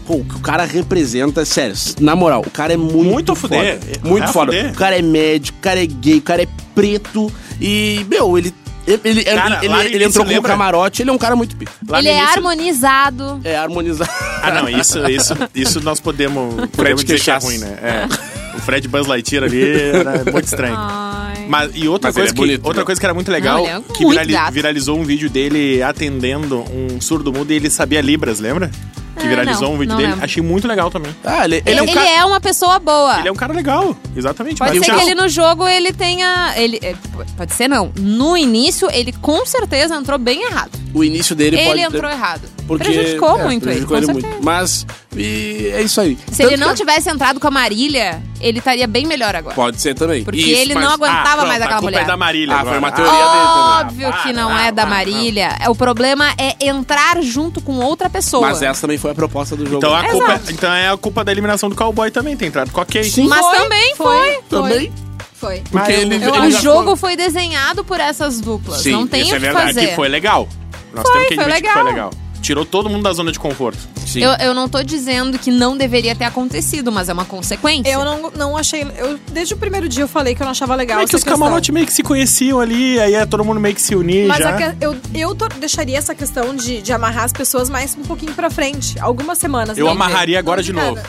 S3: Pô, o que o cara representa, sério, s- na moral, o cara é muito.
S2: Muito a fuder.
S3: foda.
S2: É
S3: Muito
S2: a
S3: foda.
S2: fuder.
S3: O cara é médico, o cara é gay, o cara é preto. E, meu, ele. Ele, ele,
S2: Cara,
S3: ele-
S2: lá
S3: ele
S2: ele
S3: entrou
S2: se
S3: como
S2: lembra-
S3: camarote, ele é um cara muito. pi-
S2: Lá
S4: ele
S2: no
S4: é
S2: início-
S4: harmonizado.
S2: <laughs>
S3: É harmonizado.
S2: Ah, não, isso, isso, isso nós podemos, podemos dizer que é
S3: Queixaço.
S2: ruim, né? É. O Fred Buzz Lightyear ali era muito estranho.
S4: Ai.
S2: Mas, e outra,
S3: Mas ele
S2: coisa,
S3: é
S2: que,
S3: bonito,
S2: outra
S3: né?
S2: coisa que era muito legal,
S4: Não, ele é
S2: que
S4: muito
S2: virali-
S4: gato.
S2: viralizou um vídeo dele atendendo um surdo mudo e ele sabia Libras, lembra? Que
S4: Ah,
S2: viralizou
S4: não,
S2: um vídeo
S4: não
S2: dele.
S4: lembro. Tá.
S2: Achei muito legal também.
S3: Ah, ele, ele
S4: Ele,
S3: é um cara.
S4: uma pessoa boa.
S2: Ele é um cara legal, exatamente.
S4: Pode
S2: mas
S4: ser
S2: tchau.
S4: que ele no jogo ele tenha. Ele, é, p- pode ser não. No início, ele com certeza entrou bem errado.
S3: O início dele
S4: Ele,
S3: pode. ter-
S4: entrou errado.
S3: porque-
S4: prejudicou
S3: é,
S4: muito
S3: prejudicou
S4: ele, com
S3: ele
S4: certeza.
S3: muito. Mas. E é isso aí.
S4: Se
S3: Tanto
S4: ele não
S3: que-
S4: tivesse entrado com a Marília, ele estaria bem melhor agora.
S3: Pode ser também.
S4: Porque
S3: Isso,
S4: ele
S3: mas-
S4: não
S2: Ah,
S4: aguentava
S2: pronto,
S4: mais
S2: a
S4: aquela
S2: culpa
S4: mulher.
S2: é da Marília.
S3: Ah, foi uma
S2: agora. Ah, tá,
S3: teoria dele
S4: Óbvio que não
S2: para,
S4: é da
S2: para,
S4: Marília. É, O problema é entrar junto com outra pessoa.
S3: Mas é essa também foi a proposta do jogo.
S2: Então, a culpa,
S4: né? Exato.
S2: então é a culpa da eliminação do cowboy também, tem entrado com a Kate.
S3: Sim.
S4: Mas
S5: Foi,
S4: também foi.
S5: foi,
S3: Também.
S5: Foi.
S3: Porque
S2: Mas eu-
S3: ele,
S2: eu
S3: ele
S4: O
S3: já
S4: jogo foi desenhado por essas duplas.
S3: Sim,
S4: não tem
S2: Isso
S4: o
S2: é
S4: que
S2: verdade.
S4: fazer.
S2: Que foi legal. Nós
S4: Foi,
S2: temos que
S4: foi
S2: admitir que foi legal.
S4: legal.
S2: Tirou todo mundo da zona de conforto.
S3: Sim.
S4: Eu, eu não tô dizendo que não deveria ter acontecido, mas é uma consequência.
S5: Eu não, não achei. Eu, desde o primeiro dia eu falei que eu não achava legal.
S2: Como é que
S5: essa
S2: os
S5: questão.
S2: camarotes meio que se conheciam ali, aí é todo mundo meio que se unir
S5: Mas
S2: já.
S5: a que- eu, eu to- deixaria essa questão de, de amarrar as pessoas mais um pouquinho pra frente. Algumas semanas.
S2: Eu
S5: né?
S2: amarraria agora de
S5: Obrigada.
S2: novo.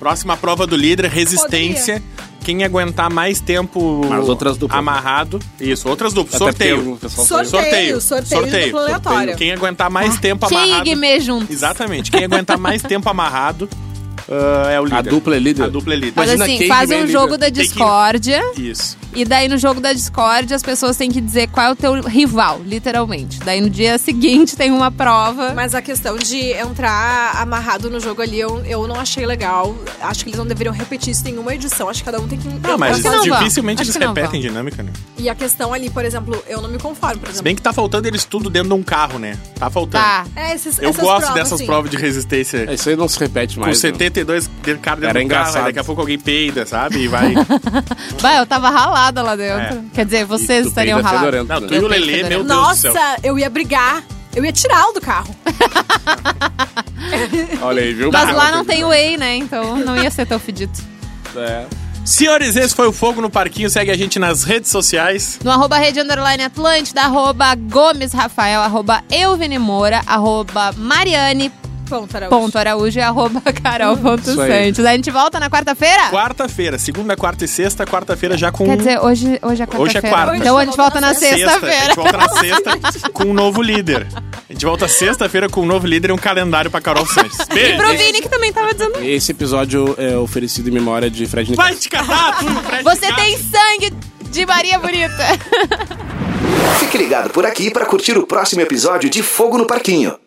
S2: Próxima prova do líder, resistência. Quem aguentar mais tempo
S3: Mas outras duplas.
S2: amarrado. Isso, outras duplas.
S3: Até
S2: Sorteio.
S3: porque o pessoal
S5: Sorteio,
S3: saiu.
S5: sorteio, sorteio,
S2: Sorteio,
S5: de duplo aleatório.
S2: Quem aguentar
S4: Ah.
S2: mais tempo amarrado.
S4: Que Igme juntos.
S2: Exatamente. Quem aguentar mais tempo amarrado ah, é o líder.
S3: A dupla é líder?
S2: A dupla é líder.
S4: Mas
S3: Imagina
S4: assim,
S3: quem
S4: faz
S3: que vem
S4: um
S3: ali,
S4: jogo
S3: né?
S4: da
S2: que-
S4: discórdia.
S2: Isso.
S4: E daí no jogo da discórdia as pessoas têm que dizer qual é o teu rival, literalmente. Daí no dia seguinte tem uma prova.
S5: Mas a questão de entrar amarrado no jogo ali, eu, eu não achei legal. Acho que eles não deveriam repetir isso em nenhuma edição. Acho que cada um tem que.
S2: Não, Ah, mas
S4: Acho que não vão.
S2: dificilmente
S4: Acho
S2: eles
S4: que não
S2: repetem
S4: vão.
S2: dinâmica, né?
S5: E a questão ali, por exemplo, eu não me conformo, por
S2: Se
S5: exemplo.
S2: bem que tá faltando eles tudo dentro de um carro, né? Tá faltando.
S4: Tá.
S5: É, esses,
S2: Eu
S5: essas
S2: gosto
S5: provas, assim.
S2: dessas
S5: sim.
S2: provas de resistência.
S3: É, Isso aí não se repete
S2: Com
S3: mais. né?
S2: 72 de cara dentro
S3: Era
S2: do carro, aí
S3: engraçado.
S2: daqui a pouco alguém peida, sabe? E
S4: <laughs>
S2: vai.
S4: Vai, eu tava ralada lá dentro.
S2: É.
S4: Quer dizer,
S3: E
S4: vocês
S3: tu
S4: estariam
S3: peida
S4: ralados.
S3: fedorento,
S2: Não,
S3: né?
S2: tu e o
S4: Eu tenho
S2: Lelê,
S4: que
S2: meu Deus do céu.
S5: Nossa, eu ia brigar. Eu ia tirá-lo do carro. <laughs>
S3: Olha aí, viu?
S4: Mas lá não tem whey, né? Então não ia ser tão fedido.
S3: É.
S2: Senhores, esse foi o Fogo no Parquinho. Segue a gente nas redes sociais.
S4: No arroba rede underline Atlântida, arroba Gomes Rafael, arroba Elvini Moura, arroba Mariane
S5: Ponto, Araújo.
S4: ponto Araújo e arroba <laughs> Carol ponto
S3: Isso aí.
S4: Santos. A gente volta na quarta-feira?
S2: Quarta-feira, segunda, quarta e sexta. Quarta-feira já com.
S4: Quer dizer, hoje, hoje é quarta-feira.
S2: Hoje é quarta. é
S4: Então a gente volta na
S2: A
S4: sexta-feira.
S2: gente volta na sexta com um novo líder. A gente volta sexta-feira com um novo líder e um calendário pra Carol Sanches.
S4: E pro
S2: Beijo!
S4: Vini que também tava dizendo.
S3: Esse episódio é oferecido em memória de Fred Nicásio.
S2: Vai te catar, tu, Fred
S4: Você
S2: Castro.
S4: tem sangue de Maria Bonita.
S1: Fique ligado por aqui para curtir o próximo episódio de Fogo no Parquinho.